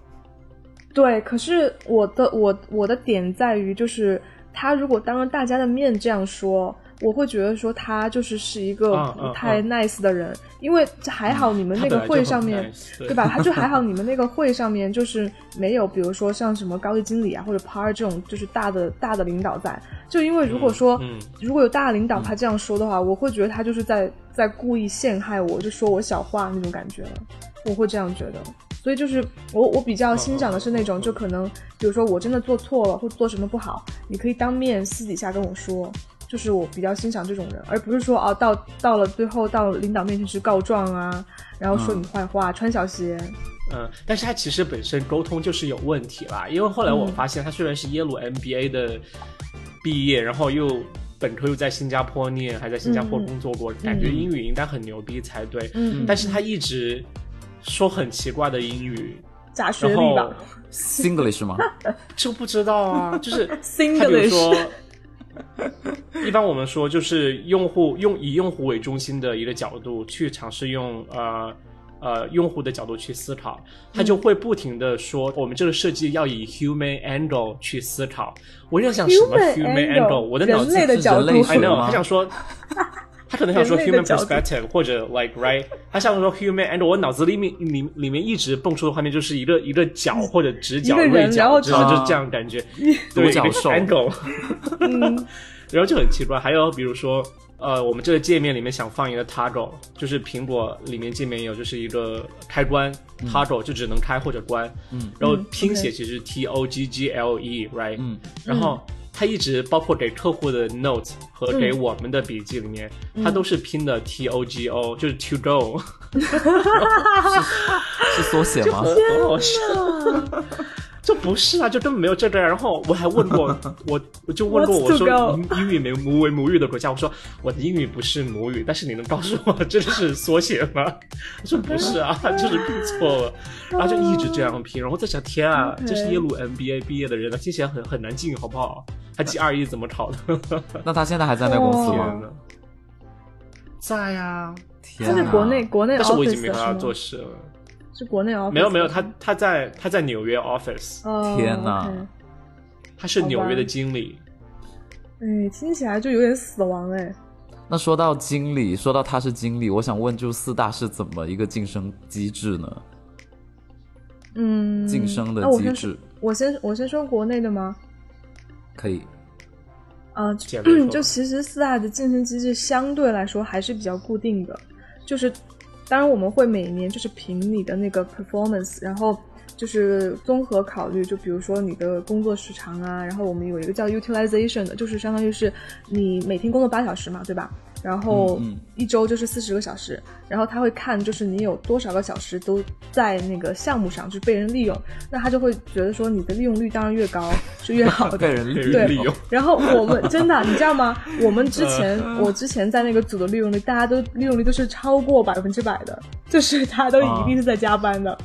Speaker 3: 对，可是我的我我的点在于，就是他如果当着大家的面这样说，我会觉得说他就是是一个
Speaker 1: 嗯嗯
Speaker 3: 不太 nice 的人，因为还好你们那个
Speaker 1: 嗯他本来就
Speaker 3: 会
Speaker 1: 很
Speaker 3: 上面
Speaker 1: nice，
Speaker 3: 对吧？他就还好，你们那个会上面就是没有，比如说像什么高级经理啊或者 par 这种就是大的大的领导在。就因为如果说、
Speaker 1: 嗯嗯
Speaker 3: 如果有大的领导他这样说的话，我会觉得他就是在在故意陷害我，就说我小话那种感觉了，我会这样觉得。所以就是我我比
Speaker 1: 嗯
Speaker 3: 较欣赏的是那种，就可能比如说我真的做错了或做什么不好，你可以当面私底下跟我说。就是我比较欣赏这种人，而不是说哦、到到了最后到领导面前去告状啊，然后说你坏话，穿小鞋，
Speaker 1: 嗯，但是他其实本身沟通就是有问题啦，因为后来我
Speaker 3: 嗯
Speaker 1: 发现他虽然是耶鲁 MBA 的毕业，然后又本科又在新加坡念，还在新加坡
Speaker 3: 嗯嗯
Speaker 1: 工作过，感觉英语应该很牛逼才对，
Speaker 3: 嗯，
Speaker 1: 但是他一直说很奇怪的英语，
Speaker 3: 假学
Speaker 1: 然
Speaker 3: 历
Speaker 1: 后
Speaker 3: 吧。
Speaker 2: ，Singlish 吗？
Speaker 1: 就不知道啊， 就是他比如
Speaker 3: Singlish，
Speaker 1: 说，一般我们说就是用户用以用户为中心的一个角度去尝试用呃呃用户的角度去思考，他就会不停的说我们这个设计要以 human angle 去思考。我就想什么 human angle，我的脑
Speaker 3: 人
Speaker 1: 子
Speaker 3: 类的
Speaker 2: 是
Speaker 3: 角
Speaker 2: 人类
Speaker 3: 度，
Speaker 2: 学
Speaker 1: I know，
Speaker 2: 吗
Speaker 1: 他想 说，他可能想说
Speaker 3: 人类的
Speaker 1: human
Speaker 3: 角度
Speaker 1: perspective 或者 like right，他想说 human and 我脑子里面里里面一直蹦出的画面就是一个一个角或者直角、
Speaker 3: 一个人
Speaker 1: 锐
Speaker 3: 然
Speaker 1: 角，
Speaker 3: 后
Speaker 1: 知道
Speaker 2: 就
Speaker 1: 就是这样感觉，
Speaker 2: 啊独
Speaker 1: 对，
Speaker 2: 角
Speaker 1: 一个
Speaker 2: 兽
Speaker 1: angle，
Speaker 3: 嗯，
Speaker 1: 然后就很奇怪。还有比如说。呃，我们这个界面里面想放一个 toggle，就是苹果里面界面有，就是一个开关 toggle，就只能开或者关。
Speaker 2: 嗯，
Speaker 1: 然后
Speaker 3: 嗯
Speaker 1: 拼写
Speaker 3: OK
Speaker 1: 其实 t o g g l e，right？
Speaker 2: 嗯，
Speaker 1: 然后他一直包括给客户的 note 和给我们的笔记里面，他都是拼的 T O G O，就是 to go，
Speaker 2: 是缩写吗？
Speaker 1: 很好笑。这不是 啊，就根本没有这个呀。然后我还问 过我，我就问过
Speaker 3: What's
Speaker 1: 我
Speaker 3: to
Speaker 1: 说
Speaker 3: go？
Speaker 1: 英英语没母为母语的国家，我说我的英语不是母语，但是你能告诉我这是缩写吗？ 他说不是 啊，就是拼错了，然后就一直这样拼。然后我在想，天啊，
Speaker 3: OK
Speaker 1: 这是耶鲁 MBA 毕业的人了，听起来很很难进，好不好？他 G 二 E 怎么考 的？
Speaker 2: 那他现在还在那公司
Speaker 3: 哇
Speaker 2: 吗？
Speaker 1: 呢，在呀、
Speaker 2: 天
Speaker 3: 哦他
Speaker 2: 哪
Speaker 3: 在国内国内
Speaker 1: 但是我已经
Speaker 3: office
Speaker 1: 没看到他
Speaker 3: 的是
Speaker 1: 做
Speaker 3: 吗？
Speaker 1: 事了。
Speaker 3: 是国内 office，
Speaker 1: 没有没有，他他在他在纽约 office，
Speaker 3: 哦
Speaker 2: 天哪
Speaker 3: OK
Speaker 1: 他是纽约的经理。
Speaker 3: 哎，听起来就有点死亡哎。
Speaker 2: 那说到经理，说到他是经理，我想问，就四大是怎么一个晋升机制呢？
Speaker 3: 嗯，
Speaker 2: 晋升的
Speaker 3: 那我
Speaker 2: 机
Speaker 3: 先
Speaker 2: 制
Speaker 3: 我先我先说国内的吗？
Speaker 2: 可以，
Speaker 3: 啊、
Speaker 1: 姐妹说吧
Speaker 3: 就其实四大的晋升机制相对来说还是比较固定的，就是当然我们会每年就是凭你的那个 performance，然后就是综合考虑，就比如说你的工作时长啊，然后我们有一个叫 utilization 的，就是相当于是你每天工作八小时嘛，对吧？然后
Speaker 2: 嗯嗯
Speaker 3: 一周就是四十个小时，然后他会看就是你有多少个小时都在那个项目上，就是被人利用，那他就会觉得说你的利用率当然越高是越
Speaker 1: 啊
Speaker 3: 好的，
Speaker 2: 被人利
Speaker 3: 对
Speaker 1: 利用，
Speaker 3: 然后我们真的，你知 道吗？我们之前，
Speaker 1: 嗯
Speaker 3: 我之前在那个组的利用率，大家都利用率都是超过百分之百的，就是大家都一定是在加班的。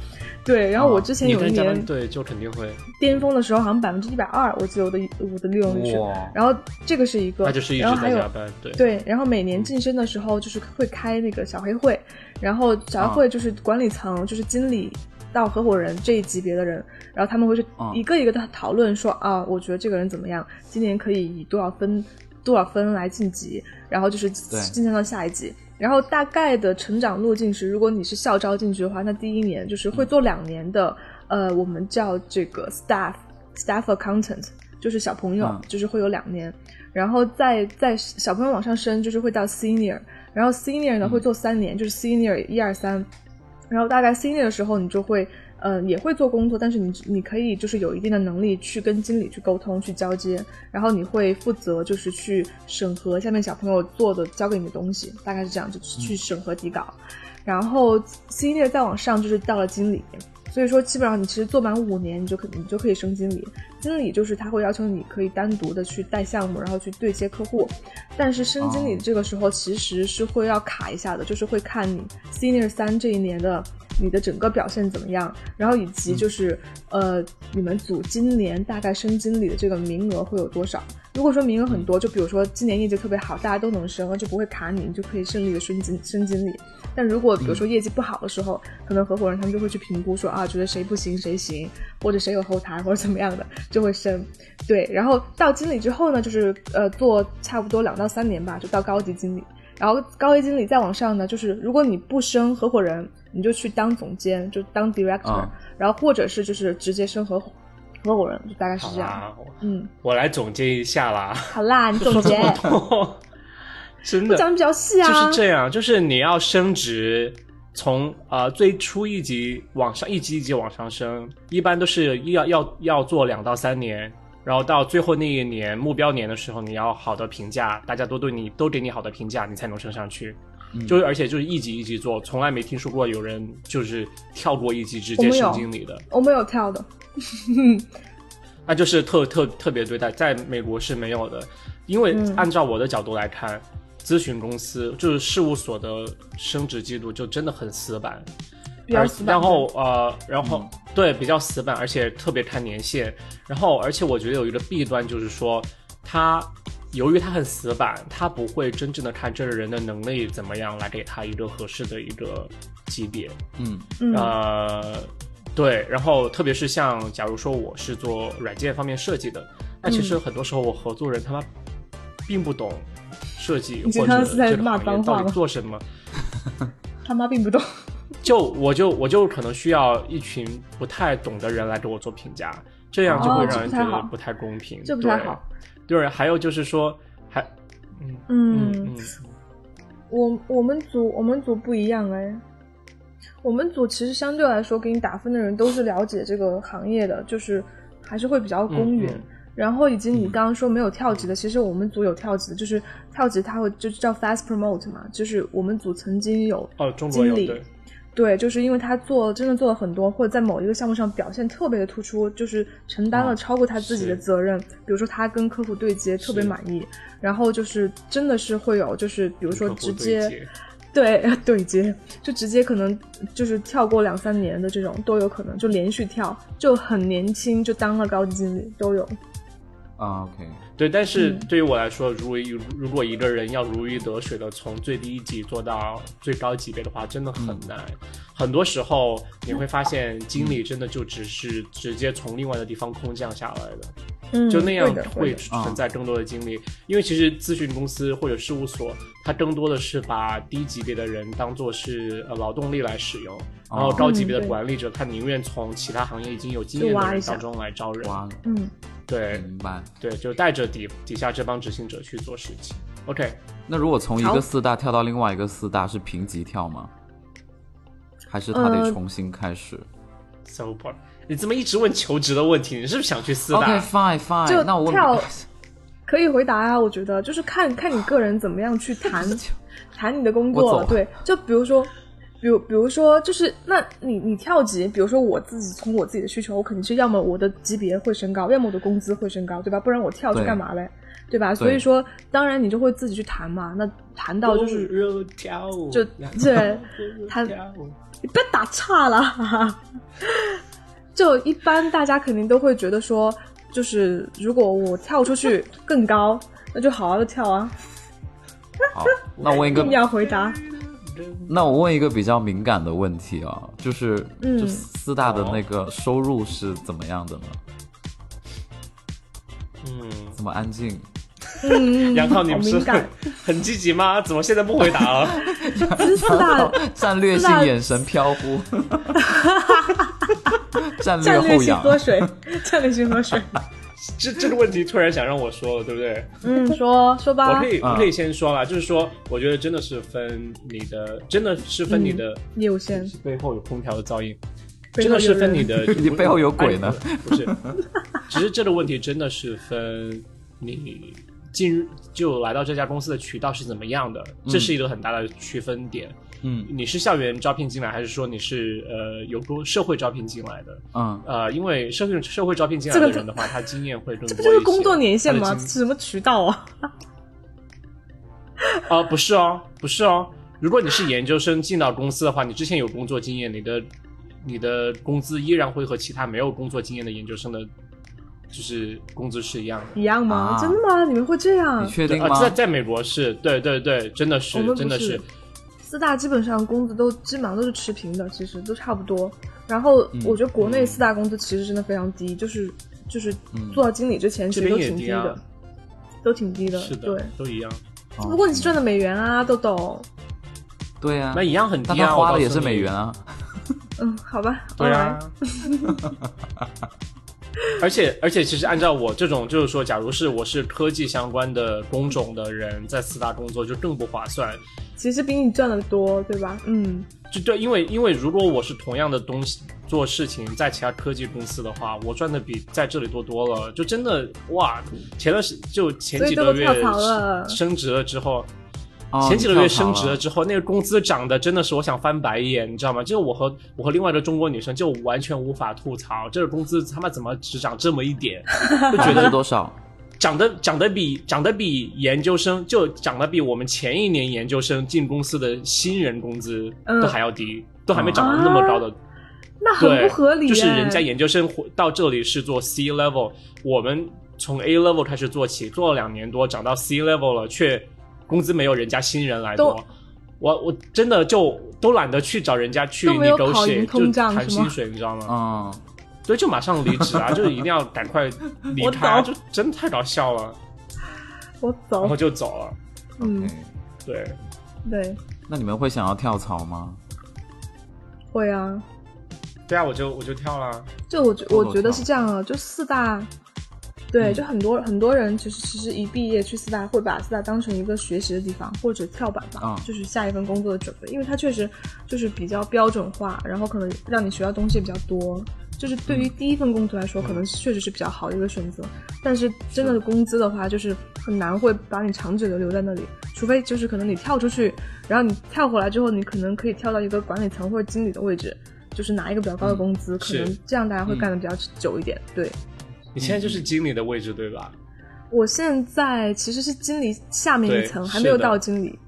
Speaker 3: 对，然后我之前
Speaker 1: 哦你
Speaker 3: 有一
Speaker 1: 跟加班
Speaker 3: 年
Speaker 1: 对就肯定会，
Speaker 3: 巅峰的时候，好像百分之一百二，我记得我的我的利用率是。
Speaker 2: 哇，
Speaker 3: 然后这个是一个，
Speaker 1: 那就是一
Speaker 3: 然
Speaker 1: 直
Speaker 3: 后还
Speaker 1: 在
Speaker 3: 有
Speaker 1: 加班，对，
Speaker 3: 对，然后每年晋升的时候就是会开那个小黑会，然后小黑会就是管理层，就是经理到合伙人这一级别的人，然后他们会去
Speaker 2: 嗯
Speaker 3: 一个一个的讨论说啊，我觉得这个人怎么样，今年可以以多少分多少分来晋级，然后就是
Speaker 2: 对
Speaker 3: 晋升到下一级。然后大概的成长路径是，如果你是校招进去的话，那第一年就是会做两年的，呃，我们叫这个 staff staff accountant，就是小朋友，
Speaker 2: 嗯
Speaker 3: 就是会有两年，然后再再小朋友往上升，就是会到 senior，然后 senior 呢
Speaker 2: 嗯
Speaker 3: 会做三年，就是 senior 一二三，然后大概 senior 的时候你就会。呃，也会做工作，但是你你可以就是有一定的能力去跟经理去沟通、去交接，然后你会负责就是去审核下面小朋友做的交给你的东西，大概是这样，就去审核底稿。然后 senior 再往上就是到了经理，所以说基本上你其实做满五年，你就可你就可以升经理。经理就是他会要求你可以单独的去带项目，然后去对接客户。但是升经理
Speaker 2: 哦
Speaker 3: 这个时候其实是会要卡一下的，就是会看你 senior 三这一年的你的整个表现怎么样，然后以及就是、呃你们组今年大概升经理的这个名额会有多少。如果说名额很多，就比如说今年业绩特别好，大家都能升，那就不会卡你，你就可以顺利的升经升经理。但如果比如说业绩不好的时候，可能合伙人他们就会去评估说啊，觉得谁不行谁行，或者谁有后台或者怎么样的，就会升。对，然后到经理之后呢，就是呃做差不多两到三年吧，就到高级经理。然后高级经理再往上呢，就是如果你不升合伙人，你就去当总监，就
Speaker 1: 啊
Speaker 3: 当 director，、
Speaker 2: 嗯
Speaker 3: 然后或者是就是直接升合伙合伙人，就大概是
Speaker 1: 好
Speaker 3: 这样。
Speaker 1: 啦，我
Speaker 3: 嗯，
Speaker 1: 我来总结一下 啦，
Speaker 3: 好啦，你总结
Speaker 1: 真的
Speaker 3: 讲的比较细啊，
Speaker 1: 就是这样，就是你要升职，从呃最初一级往上，一级一级往上升，一般都是要要要做两到三年，然后到最后那一年目标年的时候，你要好的评价，大家都对你都给你好的评价，你才能升上去。
Speaker 2: 嗯
Speaker 1: 就是而且就是一级一级做，从来没听说过有人就是跳过一级直
Speaker 3: 我
Speaker 1: 接
Speaker 3: 们有
Speaker 1: 升经理的。
Speaker 3: 我没有跳的。
Speaker 1: 那就是特特特别对待，在美国是没有的，因为
Speaker 3: 嗯
Speaker 1: 按照我的角度来看，咨询公司就是事务所的升职制度就真的很死板，
Speaker 3: 比较
Speaker 1: 而
Speaker 3: 死板
Speaker 1: 哎然后呃，然后、对比较死板，而且特别看年限。然后而且我觉得有一个弊端就是说，他由于他很死板，他不会真正的看这个人的能力怎么样来给他一个合适的一个级别。
Speaker 2: 嗯
Speaker 3: 嗯，
Speaker 1: 呃，对，然后特别是像假如说我是做软件方面设计的，那其实
Speaker 3: 嗯
Speaker 1: 很多时候我合作人他们并不懂设计
Speaker 3: 你觉
Speaker 1: 或
Speaker 3: 得他
Speaker 1: 者
Speaker 3: 们是在
Speaker 1: 这个
Speaker 3: 骂
Speaker 1: 行业
Speaker 3: 脏话
Speaker 1: 到底
Speaker 3: 吗
Speaker 1: 做什么，
Speaker 3: 他妈并不懂。
Speaker 1: 就我就我就可能需要一群不太懂的人来给我做评价，这样就
Speaker 2: 哦
Speaker 1: 会
Speaker 2: 这
Speaker 1: 让人
Speaker 3: 不
Speaker 1: 觉
Speaker 3: 太
Speaker 1: 得
Speaker 3: 好
Speaker 1: 不太公平，
Speaker 3: 这不太
Speaker 1: 对
Speaker 3: 好。
Speaker 1: 对，还有就是说，还嗯嗯
Speaker 3: 嗯，
Speaker 1: 嗯，
Speaker 3: 我我们组我们组不一样哎，我们组其实相对来说给你打分的人都是了解这个行业的，就是还是会比较公
Speaker 1: 嗯
Speaker 3: 允。
Speaker 1: 嗯
Speaker 3: 然后以及你刚刚说没有跳级的，其实我们组有跳级的，就是跳级它会就是叫 fast promote 嘛，就是我们组曾经有
Speaker 1: 哦，中国有
Speaker 3: 经理
Speaker 1: 对，
Speaker 3: 对，就是因为他做真的做了很多，或者在某一个项目上表现特别的突出，就是承担了
Speaker 2: 啊
Speaker 3: 超过他自己的
Speaker 1: 是
Speaker 3: 责任。比如说他跟客户对接特别
Speaker 1: 是
Speaker 3: 满意，然后就是真的是会有，就是比如说
Speaker 1: 客户
Speaker 3: 直
Speaker 1: 对
Speaker 3: 接
Speaker 1: 接
Speaker 3: 对对接，就直接可能就是跳过两三年的这种都有可能，就连续跳，就很年轻就当了高级经理都有。
Speaker 2: 啊，OK，
Speaker 1: 对，但是
Speaker 3: 嗯
Speaker 1: 对于我来说，如一如果一个人要如鱼得水的从最低级做到最高级别的话，真的很
Speaker 3: 嗯
Speaker 1: 难。很多时候你会发现，经理真的就只是直接从另外的地方空降下来的。
Speaker 3: 嗯
Speaker 1: 就那样
Speaker 3: 会的会
Speaker 1: 会
Speaker 3: 的
Speaker 1: 存在更多的精力。因为其实咨询公司或者事务所，它更多的是把低级别的人当做是呃劳动力来使用，然后高级别
Speaker 3: 嗯
Speaker 1: 的
Speaker 3: 对
Speaker 1: 管理者，他宁愿从其他行业已经有经验
Speaker 3: 就挖
Speaker 1: 的
Speaker 3: 一
Speaker 1: 人
Speaker 3: 下
Speaker 1: 当中来招人。
Speaker 2: 哇，
Speaker 3: 嗯，
Speaker 1: 对
Speaker 2: 明白。
Speaker 1: 对，就带着底底下这帮执行者去做事情。OK，
Speaker 2: 那如果从一
Speaker 3: 好
Speaker 2: 个四大跳到另外一个四大，是平级跳吗？还是他
Speaker 3: 呃
Speaker 2: 得重新开始、
Speaker 1: s o b o r 你这么一直问求职的问题，你是不是想去四
Speaker 2: o
Speaker 1: 大
Speaker 2: k fine fine，
Speaker 3: 就
Speaker 2: 那我
Speaker 3: 跳可以回答啊，我觉得就是看看你个人怎么样去谈谈你的工
Speaker 2: 我
Speaker 3: 作
Speaker 2: 走
Speaker 3: 了。对，就比如说，比如比如说，就是那你你跳级，比如说我自己从我自己的需求，我肯定是要么我的级别会升高，要么我的工资会升高，对吧？不然我跳去
Speaker 2: 对
Speaker 3: 干嘛嘞？对吧？所以说，当然你就会自己去谈嘛。那谈到就是
Speaker 1: 热跳舞，
Speaker 3: 就对他你别打岔了。 哈哈。就一般大家肯定都会觉得说，就是如果我跳出 去更高，那就好好的跳啊。
Speaker 2: 好，那我问一个
Speaker 3: 硬要回答，
Speaker 2: 那我问一个比较敏感的问题啊，就是，
Speaker 3: 嗯
Speaker 2: 就四大
Speaker 1: 哦
Speaker 2: 的那个收入是怎么样的呢？
Speaker 1: 嗯，
Speaker 2: 怎么安静？
Speaker 3: 嗯，
Speaker 1: 杨涛，你
Speaker 3: 好
Speaker 1: 不是
Speaker 3: 敏感
Speaker 1: 很。很积极吗？怎么现在不回答 了？
Speaker 3: 其实四 大
Speaker 2: 战略性眼神飘 忽，战略
Speaker 3: 战略
Speaker 2: 护
Speaker 3: 性
Speaker 2: 养。
Speaker 3: 喝水， 战略性喝水。
Speaker 1: 这这个问题突然想让我说了，对不对？
Speaker 3: 嗯，说说
Speaker 1: 我
Speaker 3: 吧
Speaker 1: 可，以，
Speaker 2: 嗯
Speaker 1: 我可以先说了，就是说，我觉得真的是分你的，真的是分你的
Speaker 3: 业务线
Speaker 1: 背后有空调的噪音，
Speaker 3: 背
Speaker 1: 真
Speaker 3: 后
Speaker 1: 的是
Speaker 3: 有人
Speaker 1: 分你的，
Speaker 2: 你背后有鬼呢
Speaker 1: 哎？不是，其实这个问题真的是分你进入就来到这家公司的渠道是怎么样的，这是一个很大的区分点。
Speaker 2: 嗯
Speaker 1: 你是校园招聘进来，还是说你是呃由多社会招聘进来的？
Speaker 2: 嗯，
Speaker 1: 呃，因为社会社会招聘进来
Speaker 3: 这
Speaker 1: 的
Speaker 3: 个
Speaker 1: 人的话，他经验会更多
Speaker 3: 这
Speaker 1: 一些。
Speaker 3: 不就是工作年限
Speaker 1: 他
Speaker 3: 吗？
Speaker 1: 的
Speaker 3: 这
Speaker 1: 经
Speaker 3: 是什么渠道啊？
Speaker 1: 啊、不是哦，不是哦。如果你是研究生进到公司的话，你之前有工作经验，你的你的工资依然会和其他没有工作经验的研究生的，就是工资是一样的。
Speaker 3: 一样吗？
Speaker 2: 啊
Speaker 3: 真的吗？你们会这样
Speaker 2: 你？确
Speaker 1: 对
Speaker 2: 定
Speaker 1: 啊、
Speaker 2: 吗？
Speaker 1: 在在美国是对对对，真的
Speaker 3: 我
Speaker 1: 是
Speaker 3: 们
Speaker 1: 真
Speaker 3: 不
Speaker 1: 的是
Speaker 3: 是，四大基本上工资都基本上都是持平的，其实都差不多。然后
Speaker 2: 嗯
Speaker 3: 我觉得国内
Speaker 1: 嗯
Speaker 3: 四大工资其实真的非常低，就是就是
Speaker 2: 嗯
Speaker 3: 做到经理之前
Speaker 1: 这
Speaker 3: 其实
Speaker 1: 边
Speaker 3: 都
Speaker 1: 也
Speaker 3: 挺低
Speaker 1: 低啊
Speaker 3: 的，，都挺低的
Speaker 1: 是。的，
Speaker 3: 对，
Speaker 1: 都一样。
Speaker 2: 哦
Speaker 3: 不过你是赚的美元啊，豆豆。
Speaker 2: 对呀、啊，
Speaker 1: 那一样很
Speaker 2: 但
Speaker 1: 低
Speaker 2: 他
Speaker 1: 啊，
Speaker 2: 花
Speaker 1: 我告
Speaker 2: 的也
Speaker 1: 诉
Speaker 2: 是
Speaker 1: 你
Speaker 2: 美元。啊。
Speaker 3: 嗯，好吧，
Speaker 1: 对
Speaker 3: alright
Speaker 1: 啊。 而且而且，其实按照我这种，就是说，假如是我是科技相关的工种的人，在四大工作就更不划算，
Speaker 3: 其实比你赚的多，对吧？嗯，
Speaker 1: 就对，因为因为如果我是同样的东西做事情，在其他科技公司的话，我赚的比在这里多多了。就真的哇，前段时就前
Speaker 3: 所以
Speaker 1: 几
Speaker 3: 都
Speaker 1: 个
Speaker 3: 被
Speaker 1: 月
Speaker 3: 跳槽了
Speaker 1: 升职了之后，
Speaker 2: 哦
Speaker 1: 前几个月升职
Speaker 2: 跳槽
Speaker 1: 了
Speaker 2: 了
Speaker 1: 之后，那个工资涨的真的是我想翻白眼，你知道吗？就我和我和另外一个中国女生就完全无法吐槽，这个工资他妈怎么只涨这么一点？就觉
Speaker 2: 觉
Speaker 1: 得
Speaker 2: 得是多少？
Speaker 1: 长得长得比长得比研究生就长得比我们前一年研究生进公司的新人工资
Speaker 3: 嗯
Speaker 1: 都还要低，都还没涨到那么高的，
Speaker 3: 那很
Speaker 1: 对，
Speaker 3: 不合理、
Speaker 1: 就是人
Speaker 3: 哎
Speaker 1: 家研究生回到这里是做 C level，我们从 A level 开始做起，做了两年多，涨到 C level 了，却工资没有人家新人来
Speaker 3: 都
Speaker 1: 多。我我真的就都懒得去找人家去
Speaker 3: 都没有考虑
Speaker 1: negotiate，就
Speaker 3: 通胀
Speaker 1: 谈
Speaker 3: 是吗
Speaker 1: 薪水，你知道吗？
Speaker 2: 嗯，
Speaker 1: 对，就马上离职 啊，就是一定要赶快离
Speaker 3: 我
Speaker 1: 开啊，
Speaker 3: 懂
Speaker 1: 就真的太搞笑了。
Speaker 3: 我
Speaker 1: 然后
Speaker 3: 走，
Speaker 1: 就走了。
Speaker 3: 嗯，
Speaker 2: OK
Speaker 1: 对，
Speaker 3: 对，
Speaker 2: 哎那你们会想要跳槽吗？
Speaker 3: 会啊，
Speaker 1: 对啊，我就我就跳了。
Speaker 3: 就我觉
Speaker 2: 多多
Speaker 3: 我觉得是这样啊，就四大，对，
Speaker 2: 嗯
Speaker 3: 就很多很多人其实其实一毕业去四大，会把四大当成一个学习的地方或者跳板吧，
Speaker 2: 嗯
Speaker 3: 就是下一份工作的准备，因为它确实就是比较标准化，然后可能让你学到东西也比较多。就是对于第一份工作来说，可能确实是比较好的一个选择，但是真的工资的话，就是很难会把你长久的留在那里，除非就是可能你跳出去，然后你跳回来之后，你可能可以跳到一个管理层或者经理的位置，就是拿一个比较高的工资，可
Speaker 1: 是
Speaker 3: 能这样大家会干的比较久一点。对
Speaker 1: 你现在就是经理的位置对吧？
Speaker 3: 我现在其实是经理下面一
Speaker 1: 对
Speaker 3: 层，
Speaker 1: 是
Speaker 3: 还没有
Speaker 1: 的
Speaker 3: 到经理，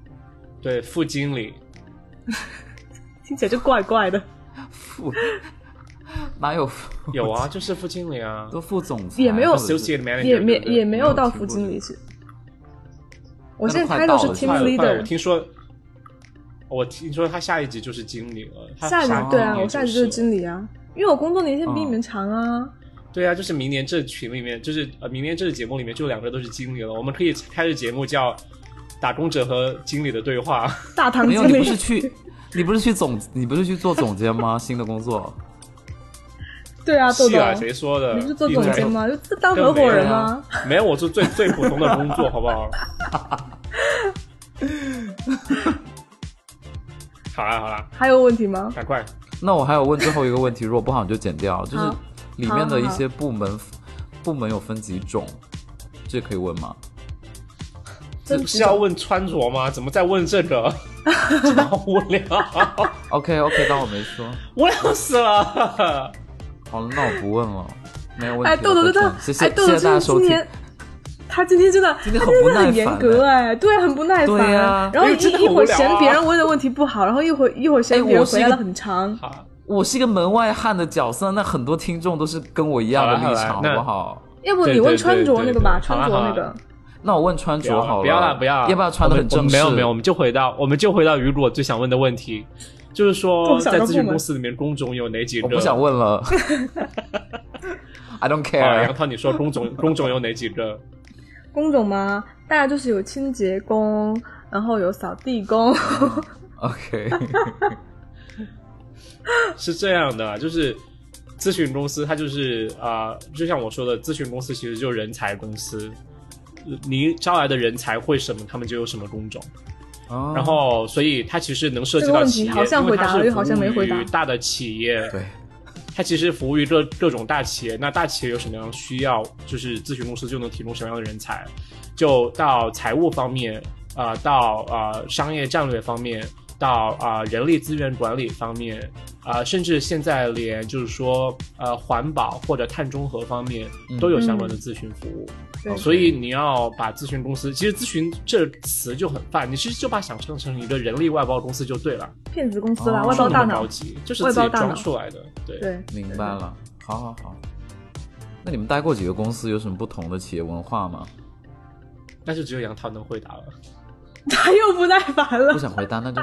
Speaker 1: 对，副经理。
Speaker 3: 听起来就怪怪的，
Speaker 2: 副 哪有副？
Speaker 1: 有啊，就是副经理啊
Speaker 2: 都副总裁啊
Speaker 3: 也没有
Speaker 2: 或者是
Speaker 1: ，associate manager
Speaker 3: 也没
Speaker 1: 对不对
Speaker 3: 也没有到
Speaker 2: 没有听
Speaker 3: 副
Speaker 2: 过
Speaker 3: 经
Speaker 2: 这
Speaker 3: 理
Speaker 2: 个
Speaker 3: 去。我
Speaker 2: 那
Speaker 3: 现在
Speaker 2: 都快
Speaker 3: 开
Speaker 2: 到
Speaker 3: 是
Speaker 2: 了
Speaker 3: team
Speaker 1: 快了快了，我
Speaker 3: leader，
Speaker 1: 听说，我听说他下一级就是经理了。他
Speaker 3: 下一
Speaker 1: 一
Speaker 3: 个
Speaker 1: 级
Speaker 3: 对啊，
Speaker 1: 也
Speaker 3: 我下一级就是经理啊，因为我工作年限比你们长啊，
Speaker 1: 对啊，就是明年这群里面，就是呃，明年这个节目里面就两个都是经理了，我们可以开着节目叫《打工者和经理的对话》。
Speaker 3: 大堂
Speaker 2: 没有，
Speaker 3: 经
Speaker 2: 你
Speaker 3: 理
Speaker 2: 不是去，你不是去总，你不是去做总监吗？新的工作，
Speaker 3: 对啊，豆
Speaker 1: 是
Speaker 3: 豆，
Speaker 1: 啊，谁说的？
Speaker 3: 你不是做
Speaker 1: 闭嘴
Speaker 3: 总监？吗？就当
Speaker 1: 更
Speaker 3: 合伙
Speaker 1: 没
Speaker 3: 人
Speaker 2: 有啊
Speaker 3: 吗？
Speaker 1: 没有，我做最最普通的工作，好 不好？好啦好啦，
Speaker 3: 还有问题吗？
Speaker 1: 赶快！
Speaker 2: 那我还有问最后一个问题，如果不好你就剪掉，就是
Speaker 3: 好
Speaker 2: 里面的
Speaker 3: 好
Speaker 2: 一
Speaker 3: 好
Speaker 2: 些部门，部门有分几种，这可以问吗？
Speaker 1: 这不是要问穿着吗？怎么在问这个？ 真的好无聊，
Speaker 2: OK OK，当我没说。
Speaker 1: 无聊死了。
Speaker 2: 好了，那我不问了，没有问题了。
Speaker 3: 哎，豆豆
Speaker 2: 再
Speaker 3: 真的
Speaker 2: 见，谢，
Speaker 3: 哎，
Speaker 2: 谢
Speaker 3: 豆
Speaker 2: 谢
Speaker 3: 豆
Speaker 2: 谢大
Speaker 3: 真
Speaker 2: 家
Speaker 3: 的
Speaker 2: 收
Speaker 3: 今
Speaker 2: 听。
Speaker 3: 年，他今天真的，他
Speaker 2: 今天
Speaker 3: 今
Speaker 2: 很
Speaker 3: 天真
Speaker 2: 不
Speaker 3: 的
Speaker 2: 耐
Speaker 3: 很严
Speaker 2: 烦
Speaker 3: 格哎，对，很不耐烦。
Speaker 2: 对呀
Speaker 3: 然后
Speaker 1: 哎
Speaker 3: 一
Speaker 1: 呦真的
Speaker 3: 一
Speaker 1: 很
Speaker 3: 会儿
Speaker 1: 无聊
Speaker 3: 嫌别
Speaker 1: 啊
Speaker 3: 人问的问题不好，然后一会儿一会儿
Speaker 2: 哎
Speaker 3: 嫌
Speaker 2: 我
Speaker 3: 别人
Speaker 2: 是
Speaker 3: 回
Speaker 2: 一
Speaker 3: 答
Speaker 2: 个
Speaker 3: 的很长。
Speaker 1: 好，
Speaker 2: 我是一个门外汉的角色，那很多听众都是跟我一样的
Speaker 1: 好了
Speaker 2: 立
Speaker 1: 好
Speaker 2: 场，
Speaker 1: 了
Speaker 2: 好不好？
Speaker 3: 要不
Speaker 1: 对
Speaker 3: 你问
Speaker 1: 对
Speaker 3: 穿
Speaker 1: 对
Speaker 3: 着
Speaker 1: 对
Speaker 3: 那个
Speaker 1: 对
Speaker 3: 吧，
Speaker 1: 好
Speaker 3: 穿
Speaker 1: 了
Speaker 3: 着
Speaker 2: 啊
Speaker 1: 好
Speaker 3: 那
Speaker 1: 了
Speaker 3: 个。
Speaker 2: 那我问穿
Speaker 1: 不
Speaker 2: 着
Speaker 1: 要
Speaker 2: 好了，
Speaker 1: 不要了，不要，
Speaker 2: 要不要穿的很
Speaker 1: 我
Speaker 2: 正
Speaker 1: 们
Speaker 2: 式？
Speaker 1: 没有没有，我们就回到，我们就回到雨果最想问的问题，就是说
Speaker 3: 共享
Speaker 1: 在
Speaker 3: 的
Speaker 1: 咨询
Speaker 3: 部门
Speaker 1: 公司里面工种有哪几个？
Speaker 2: 我不想问 了。I don't
Speaker 1: 啊，杨
Speaker 2: care。
Speaker 1: 涛，你说工种工种有哪几个？
Speaker 3: 工种吗？大概就是有清洁工，然后有扫地工。
Speaker 2: OK，
Speaker 1: 是这样的，就是咨询公司，它就是啊、呃就像我说的，咨询公司其实就是人才公司，你招来的人才会什么，他们就有什么工种。然
Speaker 2: 然
Speaker 1: 后，所以它其实能涉及
Speaker 3: 哦这个
Speaker 1: 到
Speaker 3: 问
Speaker 1: 企
Speaker 3: 题
Speaker 1: 业，
Speaker 3: 好像
Speaker 1: 因为它
Speaker 3: 回答了
Speaker 1: 是
Speaker 3: 又好像没回答
Speaker 1: 服务于大的企业，
Speaker 2: 对，
Speaker 1: 它其实服务于各各种大企业。那大企业有什么样的需要，就是咨询公司就能提供什么样的人才。就到财务方面，啊、到啊、呃商业战略方面，到啊、呃人力资源管理方面，啊、甚至现在连就是说呃环保或者碳中和方面
Speaker 2: 嗯
Speaker 1: 都有相关的咨询服务。
Speaker 2: 哦
Speaker 3: 对
Speaker 1: 所以你要把咨询公司，其实咨询这个词就很泛，你其实就把想象成一个人力外包公司就对了，
Speaker 3: 骗子公司啦，
Speaker 2: 哦
Speaker 3: 外
Speaker 1: 不
Speaker 3: 包
Speaker 1: 是
Speaker 3: 大
Speaker 1: 那么
Speaker 3: 脑
Speaker 1: 高。级，就是
Speaker 3: 外
Speaker 1: 自己
Speaker 3: 包大脑
Speaker 1: 装出来的。对，
Speaker 3: 对，
Speaker 2: 明白了。好好好。那你们待过几个公司，有什么不同的企业文化吗？
Speaker 1: 但是只有杨涛能回答了。
Speaker 3: 他又不耐烦了
Speaker 2: 不。想回答，那就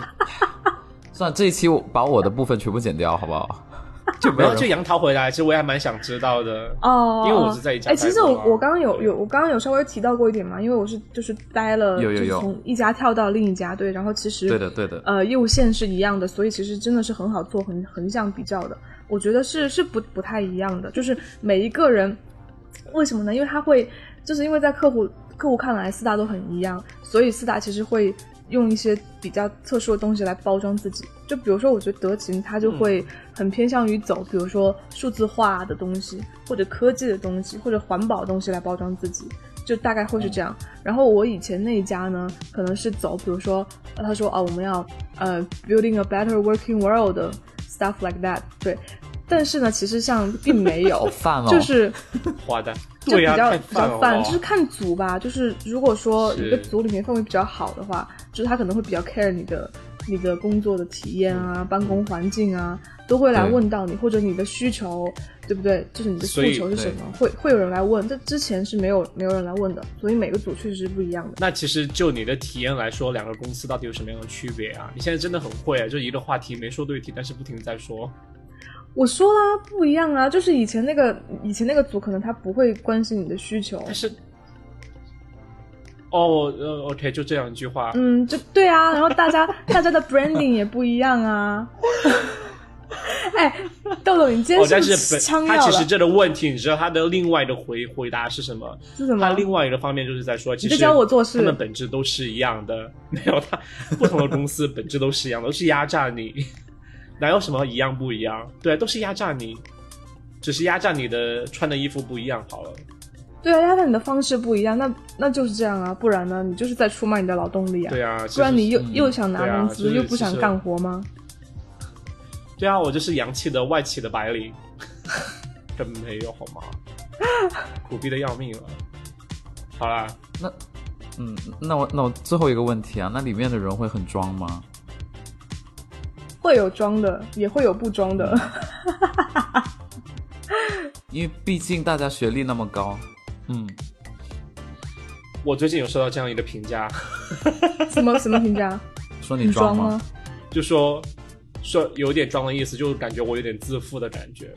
Speaker 2: 算了。这一期我把我的部分全部剪掉，好不好？ 就没
Speaker 1: 然
Speaker 2: 有
Speaker 1: 后就
Speaker 2: 人
Speaker 1: 杨桃回来，其实我也还蛮想知道的。
Speaker 3: 哦，
Speaker 1: 因为我是在一家
Speaker 3: 哎，其实我
Speaker 1: 待过啊
Speaker 3: 我刚刚有有我刚刚有稍微提到过一点嘛，因为我是就是待了，
Speaker 2: 有有
Speaker 3: 就是
Speaker 2: 有
Speaker 3: 从一家跳到另一家，对，然后其实
Speaker 2: 对的对的
Speaker 3: 呃，业务线是一样的，所以其实真的是很好做横横向比较的，我觉得是是不不太一样的，就是每一个人为什么呢？因为他会就是因为在客户客户看来四大都很一样，所以四大其实会用一些比较特殊的东西来包装自己。就比如说，我觉得德勤它就会很偏向于走，比如说数字化的东西，或者科技的东西，或者环保的东西来包装自己，就大概会是这样。然后我以前那一家呢，可能是走，比如说呃他说啊，我们要呃 building a better working world stuff like that，对。但是呢，其实像并没
Speaker 2: 好
Speaker 3: 有，
Speaker 2: 烦哦。
Speaker 3: 就是
Speaker 1: 花的，
Speaker 3: 就
Speaker 1: 对
Speaker 3: 比
Speaker 1: 呀、
Speaker 3: 较、
Speaker 1: 太
Speaker 3: 比
Speaker 1: 泛了
Speaker 3: 较
Speaker 1: 好不好
Speaker 3: 泛，就是看组吧。就是如果说
Speaker 1: 是
Speaker 3: 一个组里面氛围比较好的话，就是他可能会比较 care 你的你的工作的体验啊、
Speaker 1: 嗯
Speaker 3: 办公环境啊，都会来
Speaker 2: 对
Speaker 3: 问到你或者你的需求，对不对？就是你的诉
Speaker 1: 所以
Speaker 3: 求是什
Speaker 2: 对
Speaker 3: 么，会会有人来问。这之前是没有没有人来问的，所以每个组确实是不一样的。
Speaker 1: 那其实就你的体验来说，两个公司到底有什么样的区别啊？你现在真的很会啊，就一个话题没说对题，但是不停地在说。
Speaker 3: 我说啦，不一样啊，就是以前那个以前那个组可能他不会关心你的需求，
Speaker 1: 但是，哦，呃，OK，就这样一句话。
Speaker 3: 嗯，就对啊，然后大家 大家的 branding 也不一样啊。哎，豆豆，你今
Speaker 1: 哦但
Speaker 3: 天，是不
Speaker 1: 是
Speaker 3: 吃
Speaker 1: 本
Speaker 3: 枪
Speaker 1: 他
Speaker 3: 药
Speaker 1: 其
Speaker 3: 了
Speaker 1: 实？这个问题，你知道他的另外的回回答是什么？
Speaker 3: 是什
Speaker 1: 他
Speaker 3: 么？
Speaker 1: 另外一个方面就是在说，其
Speaker 3: 在
Speaker 1: 实
Speaker 3: 教我做事
Speaker 1: 他们本质都是一样的，没有他不同的公司本质都是一样的，都是压榨你， 哪有什么一样不一样？对，啊都是压榨你，只是压榨你的穿的衣服不一样好了。
Speaker 3: 对啊，压榨你的方式不一样，那那就是这样啊，不然呢，你就是在出卖你的劳动力啊，
Speaker 1: 对啊，
Speaker 3: 不然你又、
Speaker 2: 嗯
Speaker 3: 又想拿
Speaker 1: 对啊
Speaker 3: 工资、
Speaker 1: 就是
Speaker 3: 又不想干活吗？
Speaker 1: 对啊，我就是洋气的外企的白领， 真没有好吗？苦逼的要命了。好啦，
Speaker 2: 那，嗯，那我那我最后一个问题啊，那里面的人会很装吗？
Speaker 3: 会有装的，也会有不装的，
Speaker 1: 嗯
Speaker 2: 因为毕竟大家学历那么高，嗯，
Speaker 1: 我最近有收到这样一个评价，
Speaker 3: 什么什么评价？
Speaker 2: 说
Speaker 3: 你
Speaker 2: 你
Speaker 3: 装
Speaker 2: 装吗？
Speaker 3: 吗？
Speaker 1: 就说说有点装的意思，就感觉我有点自负的感觉。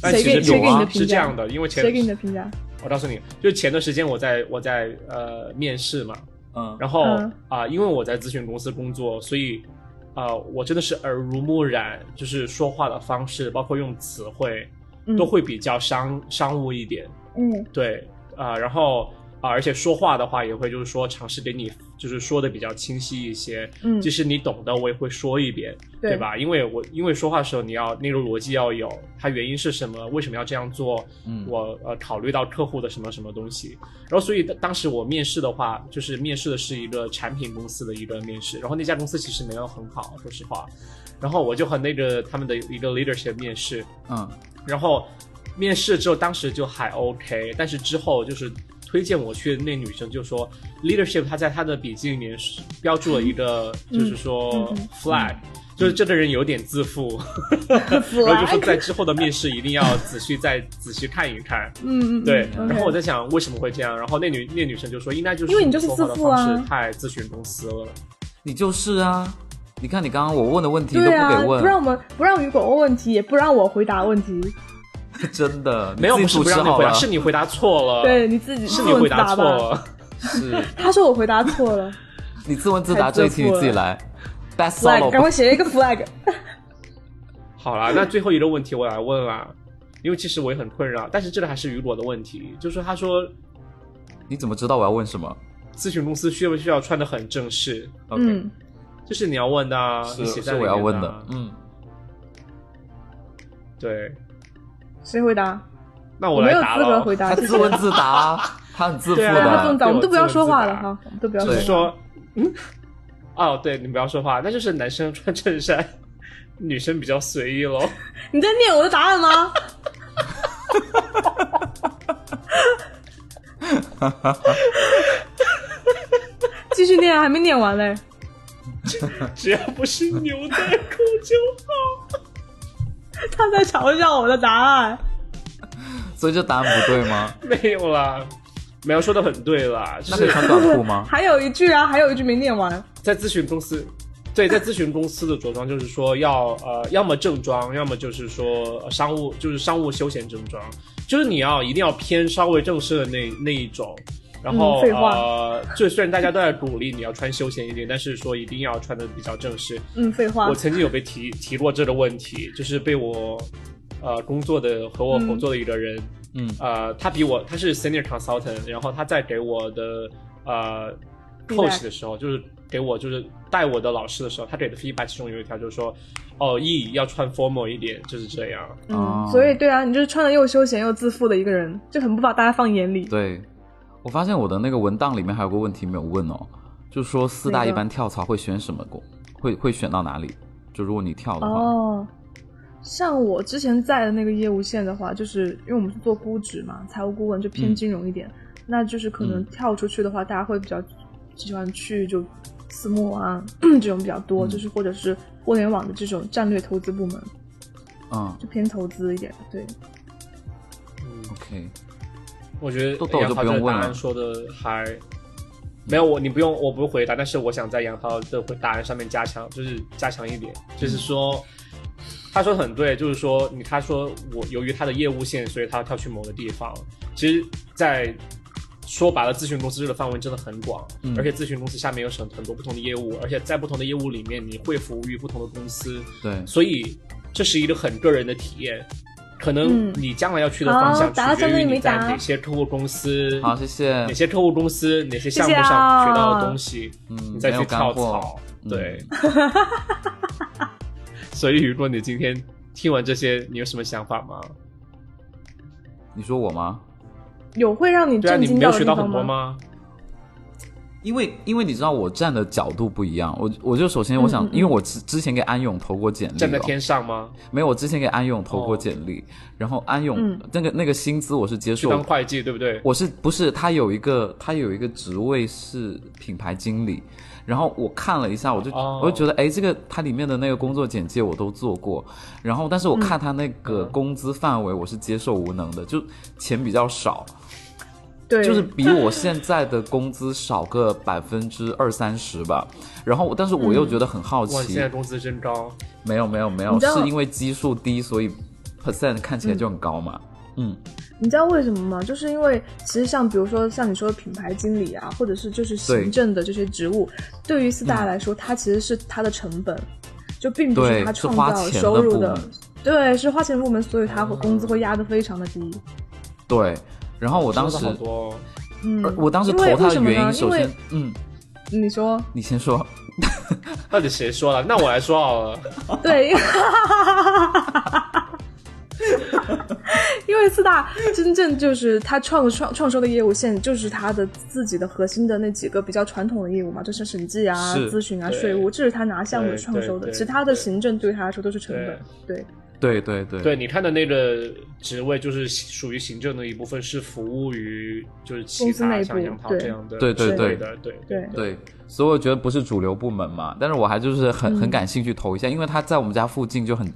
Speaker 1: 但
Speaker 3: 谁
Speaker 1: 其实
Speaker 3: 给谁
Speaker 1: 有
Speaker 3: 给你的
Speaker 1: 啊，
Speaker 3: 评
Speaker 1: 是这
Speaker 3: 价
Speaker 1: 样的，因为前
Speaker 3: 谁给你的评价？
Speaker 1: 我告诉你，就前段时间我在我在呃面试嘛，
Speaker 2: 嗯，
Speaker 1: 然后啊、
Speaker 3: 嗯
Speaker 1: 因为我在咨询公司工作，所以啊、我真的是耳濡目染，就是说话的方式，包括用词汇，
Speaker 3: 嗯
Speaker 1: 都会比较商商务一点。
Speaker 3: 嗯
Speaker 1: 对啊、然后啊、而且说话的话也会就是说尝试给你就是说的比较清晰一些，
Speaker 3: 嗯
Speaker 1: 即，使你懂的我也会说一遍，
Speaker 3: 对
Speaker 1: 对吧？因为我因为说话的时候你要内容逻辑要有，它原因是什么，为什么要这样做，
Speaker 2: 嗯
Speaker 1: 我呃考虑到客户的什么什么东西，然后所以当当时我面试的话，就是面试的是一个产品公司的一个面试，然后那家公司其实没有很好，说实话，然后我就和那个他们的一个 leadership 面试，
Speaker 2: 嗯
Speaker 1: 然后面试之后，当时就还 OK，但是之后就是推荐我去的那女生就说，leadership 她在她的笔记里面是标注了一个，
Speaker 3: 嗯
Speaker 1: 就是说
Speaker 3: 嗯嗯啊
Speaker 1: flag，、就是这个人有点自负，然后就说
Speaker 3: flag
Speaker 1: 在之后的面试一定要仔细再仔细看一看。
Speaker 3: 嗯嗯，
Speaker 1: 对，
Speaker 2: 嗯
Speaker 1: 然后我
Speaker 3: OK
Speaker 1: 在想为什么会这样，然后那女那女生就说，应该就是
Speaker 3: 因为你就是
Speaker 1: 说话的
Speaker 3: 自负啊
Speaker 1: 方式太咨询公司了。
Speaker 2: 你就是啊，你看你刚刚我问的问题都不
Speaker 3: 对啊，
Speaker 2: 给
Speaker 3: 不
Speaker 2: 问，
Speaker 3: 让我们不让雨果问问题，也不让我回答问题，
Speaker 2: 真的
Speaker 1: 没有，
Speaker 2: 你
Speaker 1: 不
Speaker 2: 自
Speaker 1: 是
Speaker 2: 己主
Speaker 1: 不
Speaker 2: 持
Speaker 1: 让你
Speaker 2: 好
Speaker 1: 回答，
Speaker 2: 了，
Speaker 1: 是你回答错了，
Speaker 3: 对，你自己
Speaker 1: 是
Speaker 3: 自
Speaker 1: 你
Speaker 3: 问
Speaker 1: 回
Speaker 3: 自
Speaker 1: 答
Speaker 3: 答
Speaker 1: 错
Speaker 3: 吧。
Speaker 1: 了。
Speaker 2: 是
Speaker 3: 他说我回答 错了
Speaker 2: 你自问自答这一题你自己来，best
Speaker 3: ，flag，赶
Speaker 2: solo
Speaker 3: 快写一个 flag。
Speaker 1: 好啦，那最后一个问题我来问啦，因为其实我也很困扰，但是这个还是雨果的问题，就是他说
Speaker 2: 你怎么知道我要问什么
Speaker 1: 咨询公司需不需要穿的很正式，
Speaker 2: ？OK，
Speaker 3: 嗯，
Speaker 1: 这是你要问的啊，你写
Speaker 2: 是
Speaker 1: 在
Speaker 2: 是
Speaker 1: 里
Speaker 2: 我
Speaker 1: 面
Speaker 2: 要
Speaker 1: 啊
Speaker 2: 问的，嗯，
Speaker 1: 对，
Speaker 3: 谁回答？
Speaker 1: 那
Speaker 3: 我
Speaker 1: 来
Speaker 3: 没有
Speaker 1: 答
Speaker 3: 资格
Speaker 1: 了。哦
Speaker 3: 回答
Speaker 2: 他
Speaker 3: 这
Speaker 2: 自
Speaker 3: 些。
Speaker 2: 问自答 啊，他很自负
Speaker 1: 对啊
Speaker 3: 对啊，他
Speaker 1: 自
Speaker 3: 这么
Speaker 2: 的，
Speaker 3: 打，我们
Speaker 1: 对
Speaker 3: 都不要说话了
Speaker 1: 我自问自答
Speaker 3: 哈，我们都不要
Speaker 1: 就
Speaker 3: 说
Speaker 1: 是
Speaker 3: 话。
Speaker 1: 说，嗯，哦，对你不要说话，那就是男生穿衬衫，女生比较随意咯。
Speaker 3: 你在念我的答 案吗？继续念啊，还没念完嘞。
Speaker 1: 只要不是牛仔裤就
Speaker 3: 他在嘲笑我的答案。
Speaker 2: 所以这答案不对吗？
Speaker 1: 好，没有啦，没有说的很对啦，就
Speaker 2: 那可以
Speaker 1: 是
Speaker 2: 穿短裤 吗？
Speaker 3: 还有一句啊，还有一句没念完。
Speaker 1: 在咨询公司，对，在咨询公司的着装就是说要呃，要么正装，要么就是说、呃商务，就是商务休闲正装，就是你要一定要偏稍微正式的那那一种。然后、
Speaker 3: 嗯废话
Speaker 1: 呃，就虽然大家都在鼓励你要穿休闲一点，但是说一定要穿的比较正式。
Speaker 3: 嗯，废话
Speaker 1: 我。曾经有被提提过这个问题，就是被我呃工作的和我合作的一个人，
Speaker 2: 嗯
Speaker 1: 呃，他比我他是 senior consultant，然后他在给我的呃
Speaker 3: 明白
Speaker 1: coach 的时候，就是给我就是带我的老师的时候，他给的 feedback 其中有一条就是说，哦，E 要穿 formal 一点，就是这样。
Speaker 3: 嗯
Speaker 2: 哦，
Speaker 3: 所以对啊，你就是穿的又休闲又自负的一个人，就很不把大家放眼里。
Speaker 2: 对，我发现我的那个文档里面还有个问题没有问哦，就是说四大
Speaker 3: 哪个
Speaker 2: 一般跳槽会选什么工？会会选到哪里？就如果你跳的话，
Speaker 3: 哦，像我之前在的那个业务线的话，就是因为我们是做估值嘛，财务顾问就偏
Speaker 2: 嗯
Speaker 3: 金融一点，那就是可能
Speaker 2: 嗯
Speaker 3: 跳出去的话，大家会比较喜欢去就私募啊 这种比较多，
Speaker 2: 嗯
Speaker 3: 就是或者是互联网的这种战略投资部门，
Speaker 2: 嗯
Speaker 3: 就偏投资一点。对，
Speaker 1: 嗯，
Speaker 2: ，OK，
Speaker 1: 我觉得
Speaker 2: 豆豆
Speaker 1: 杨
Speaker 2: 就
Speaker 1: 桃
Speaker 2: 不用
Speaker 1: 这个
Speaker 2: 问
Speaker 1: 答
Speaker 2: 了
Speaker 1: 案说的还没有我，你不用，我不用回答，但是我想在杨桃的回答案上面加强，就是加强一点，就是说。他说的很对，就是说，你他说我由于他的业务线，所以他要跳去某个地方。其实，在说白了，咨询公司这个范围真的很广，
Speaker 2: 嗯
Speaker 1: 而且咨询公司下面有很很多不同的业务，而且在不同的业务里面，你会服务于不同的公司，
Speaker 2: 对，
Speaker 1: 所以这是一个很个人的体验。可能
Speaker 3: 嗯
Speaker 1: 你将来要去的方
Speaker 3: 好
Speaker 1: 向
Speaker 3: 打到
Speaker 1: 取
Speaker 3: 相
Speaker 1: 决
Speaker 3: 当
Speaker 1: 于
Speaker 3: 于
Speaker 1: 你
Speaker 3: 没
Speaker 1: 在
Speaker 3: 答
Speaker 1: 哪些客户公司、
Speaker 2: 好，谢谢
Speaker 1: 哪。些客户公司、哪些项目
Speaker 3: 谢谢啊
Speaker 1: 上学到的东西，
Speaker 2: 嗯
Speaker 1: 你再
Speaker 2: 没
Speaker 1: 去
Speaker 2: 有干
Speaker 1: 跳
Speaker 2: 货
Speaker 1: 槽。
Speaker 2: 嗯
Speaker 1: 对。 所以，如果你今天听完这些，你有什么想法吗？
Speaker 2: 你说我吗？
Speaker 3: 有会让你
Speaker 1: 对啊，
Speaker 3: 震
Speaker 1: 你
Speaker 3: 惊
Speaker 1: 没有
Speaker 3: 到的
Speaker 1: 学
Speaker 3: 地
Speaker 1: 到
Speaker 3: 方
Speaker 1: 很多
Speaker 3: 吗？
Speaker 1: 吗？
Speaker 2: 因为因为你知道我站的角度不一样，我我就首先我想，
Speaker 3: 嗯嗯嗯
Speaker 2: 因为我之之前给安勇投过简历、哦，
Speaker 1: 站在天上吗？
Speaker 2: 没有，我之前给安勇投过简历，然后安勇、
Speaker 3: 嗯
Speaker 2: 那个那个薪资我是接
Speaker 1: 去
Speaker 2: 受
Speaker 1: 当，会计，对不对？
Speaker 2: 我是不是他有一个他有一个职位是品牌经理，然后我看了一下，我就、
Speaker 1: 哦
Speaker 2: 我就觉得哎，这个它里面的那个工作简介我都做过，然后但是我看他那个
Speaker 1: 嗯
Speaker 2: 工资范围我是接受无能的，就钱比较少，
Speaker 3: 对，
Speaker 2: 就是比我现在的工资少个百分之二三十吧。然后我，但是我又觉得很好
Speaker 1: 哇，你
Speaker 2: 奇，
Speaker 1: 现在工资真高，
Speaker 2: 没有没有没
Speaker 3: 嗯你
Speaker 2: 有，
Speaker 3: 知道
Speaker 2: 是因为基数低，所以 percent 看起来就很高嘛。嗯，
Speaker 3: 你知道为什么吗？就是因为其实像比如说像你说的品牌经理啊，或者是就是行政的这些职务，对于四大来说，它其实是它的成本，就并不
Speaker 2: 嗯
Speaker 3: 是
Speaker 2: 对
Speaker 3: 它
Speaker 2: 是
Speaker 3: 创
Speaker 2: 花
Speaker 3: 造
Speaker 2: 钱
Speaker 3: 收
Speaker 2: 的
Speaker 3: 入
Speaker 2: 部
Speaker 3: 的
Speaker 2: 门，哦
Speaker 3: 对，是花钱的部门，所以它会工资会压得非常的低。
Speaker 2: 对。然后我当时
Speaker 1: 说得好，多哦，
Speaker 3: 嗯
Speaker 2: 呃，我当时
Speaker 3: 因为
Speaker 2: 投他
Speaker 3: 为什
Speaker 2: 的
Speaker 3: 么呢
Speaker 2: 原因，
Speaker 3: 因
Speaker 2: 首
Speaker 3: 为
Speaker 2: 先，嗯，
Speaker 3: 你说
Speaker 2: 你先说，
Speaker 1: 到底谁说了？那我来说好了。
Speaker 3: 对，因为因为四大真正就是他创创创收的业务线，就是他的自己的核心的那几个比较传统的业务嘛，就是审计啊、
Speaker 2: 是
Speaker 3: 咨询啊、
Speaker 1: 对
Speaker 3: 税务，这是他拿项目
Speaker 1: 对
Speaker 3: 创收
Speaker 1: 对
Speaker 3: 的。
Speaker 1: 对
Speaker 3: 其他的
Speaker 1: 对
Speaker 3: 行政对他来说都是成本。对，
Speaker 2: 对对对
Speaker 1: 对，你看的那个职位就是属于行政的一部分，是服务于就是其
Speaker 3: 公司
Speaker 1: 他
Speaker 3: 内
Speaker 1: 像
Speaker 3: 部
Speaker 1: 杨桃
Speaker 3: 对
Speaker 1: 这样的
Speaker 2: 对对
Speaker 1: 职位
Speaker 2: 对
Speaker 1: 的，对
Speaker 3: 对
Speaker 2: 对，所以我觉得不是主流部门嘛，但是我还就是很很感兴趣投一下，因为它在我们家附近就很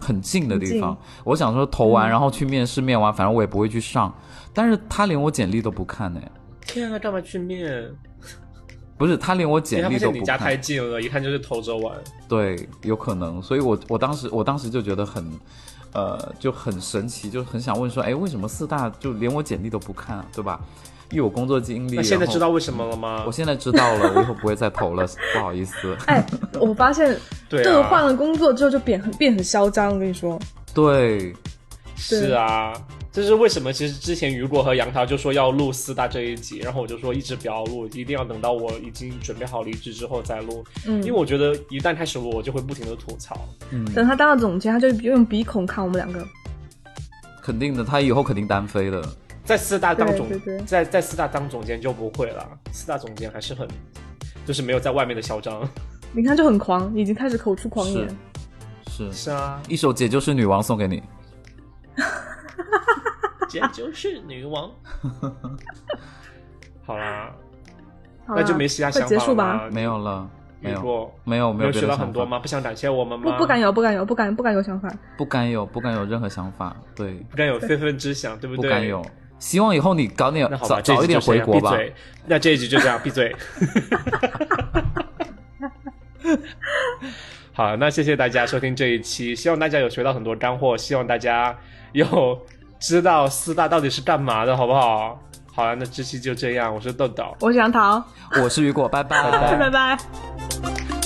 Speaker 2: 很近的地方
Speaker 3: 很，
Speaker 2: 我想说投完
Speaker 3: 嗯
Speaker 2: 然后去面试，面完反正我也不会去上，但是他连我简历都不看呢、
Speaker 1: 天啊，干嘛去面？
Speaker 2: 不是他连我
Speaker 1: 因为
Speaker 2: 简
Speaker 1: 他
Speaker 2: 历
Speaker 1: 发
Speaker 2: 都
Speaker 1: 现你
Speaker 2: 不
Speaker 1: 家太
Speaker 2: 看，
Speaker 1: 近了，一看就是偷着玩。
Speaker 2: 对，有可能，所以我我当时我当时就觉得很。呃，就很神奇，就很想问说，哎，为什么四大就连我简历都不看、啊，对吧？又有工作经历，
Speaker 1: 那现在
Speaker 2: 然后
Speaker 1: 知道，为什么了吗
Speaker 2: 我？现在知道了，我以后不会再投了， 不好意思。
Speaker 3: 哎，我发现
Speaker 1: 对啊嗯
Speaker 3: 这个换了工作之后就变很变很嚣张，我跟你说。
Speaker 2: 对，
Speaker 1: 是啊，这是为什么？其实之前雨果和杨桃就说要录四大这一集，然后我就说一直不要录，一定要等到我已经准备好离职之后再录，
Speaker 3: 嗯
Speaker 1: 因为，我觉得一旦开始录，我就会不停的吐槽。
Speaker 3: 等他当了总监，他就用鼻孔看我们两个。
Speaker 2: 肯定的，他以后肯定单飞的。
Speaker 1: 在四大当总，
Speaker 3: 对对对
Speaker 1: 在在四大当总监就不会了，四大总监还是很，就是没有在外面的嚣张。
Speaker 3: 你看就很狂，已经开始口出狂言
Speaker 2: 是。是
Speaker 1: 是啊，
Speaker 2: 一首《解救是女王》送给你，
Speaker 1: 姐就是女王。 好啦，
Speaker 3: 好
Speaker 1: 那
Speaker 3: 啦
Speaker 1: 就没其他
Speaker 3: 快
Speaker 1: 想法
Speaker 3: 结束
Speaker 1: 了
Speaker 3: 吧。
Speaker 1: 吗。
Speaker 2: 没有了，没
Speaker 1: 雨
Speaker 2: 有，
Speaker 1: 果，
Speaker 2: 没有，没
Speaker 1: 有
Speaker 2: 别
Speaker 1: 学
Speaker 2: 的
Speaker 1: 到
Speaker 2: 想法
Speaker 1: 很多吗？？不想感谢我们
Speaker 3: 不
Speaker 1: 吗？
Speaker 3: 不敢有，不敢有，不敢不敢有想法。
Speaker 2: 不敢有，不敢有任何想法，对，
Speaker 1: 不敢有非分之想，对不
Speaker 2: 不
Speaker 1: 对？
Speaker 2: 敢有。希望以后你搞点
Speaker 1: 那好
Speaker 2: 早
Speaker 1: 吧，这
Speaker 2: 早
Speaker 1: 集
Speaker 2: 一点
Speaker 1: 就这
Speaker 2: 回
Speaker 1: 样
Speaker 2: 国吧
Speaker 1: 闭。嘴。那这一集就这样，闭 嘴。好，那谢谢大家收听这一期，希望大家有学到很多干货，希望大家有知道四大到底是干嘛的，好不好？好了，那这期就这样，我是豆豆，
Speaker 3: 我是杨桃，
Speaker 2: 我是雨果，拜拜
Speaker 1: 拜
Speaker 3: 拜拜。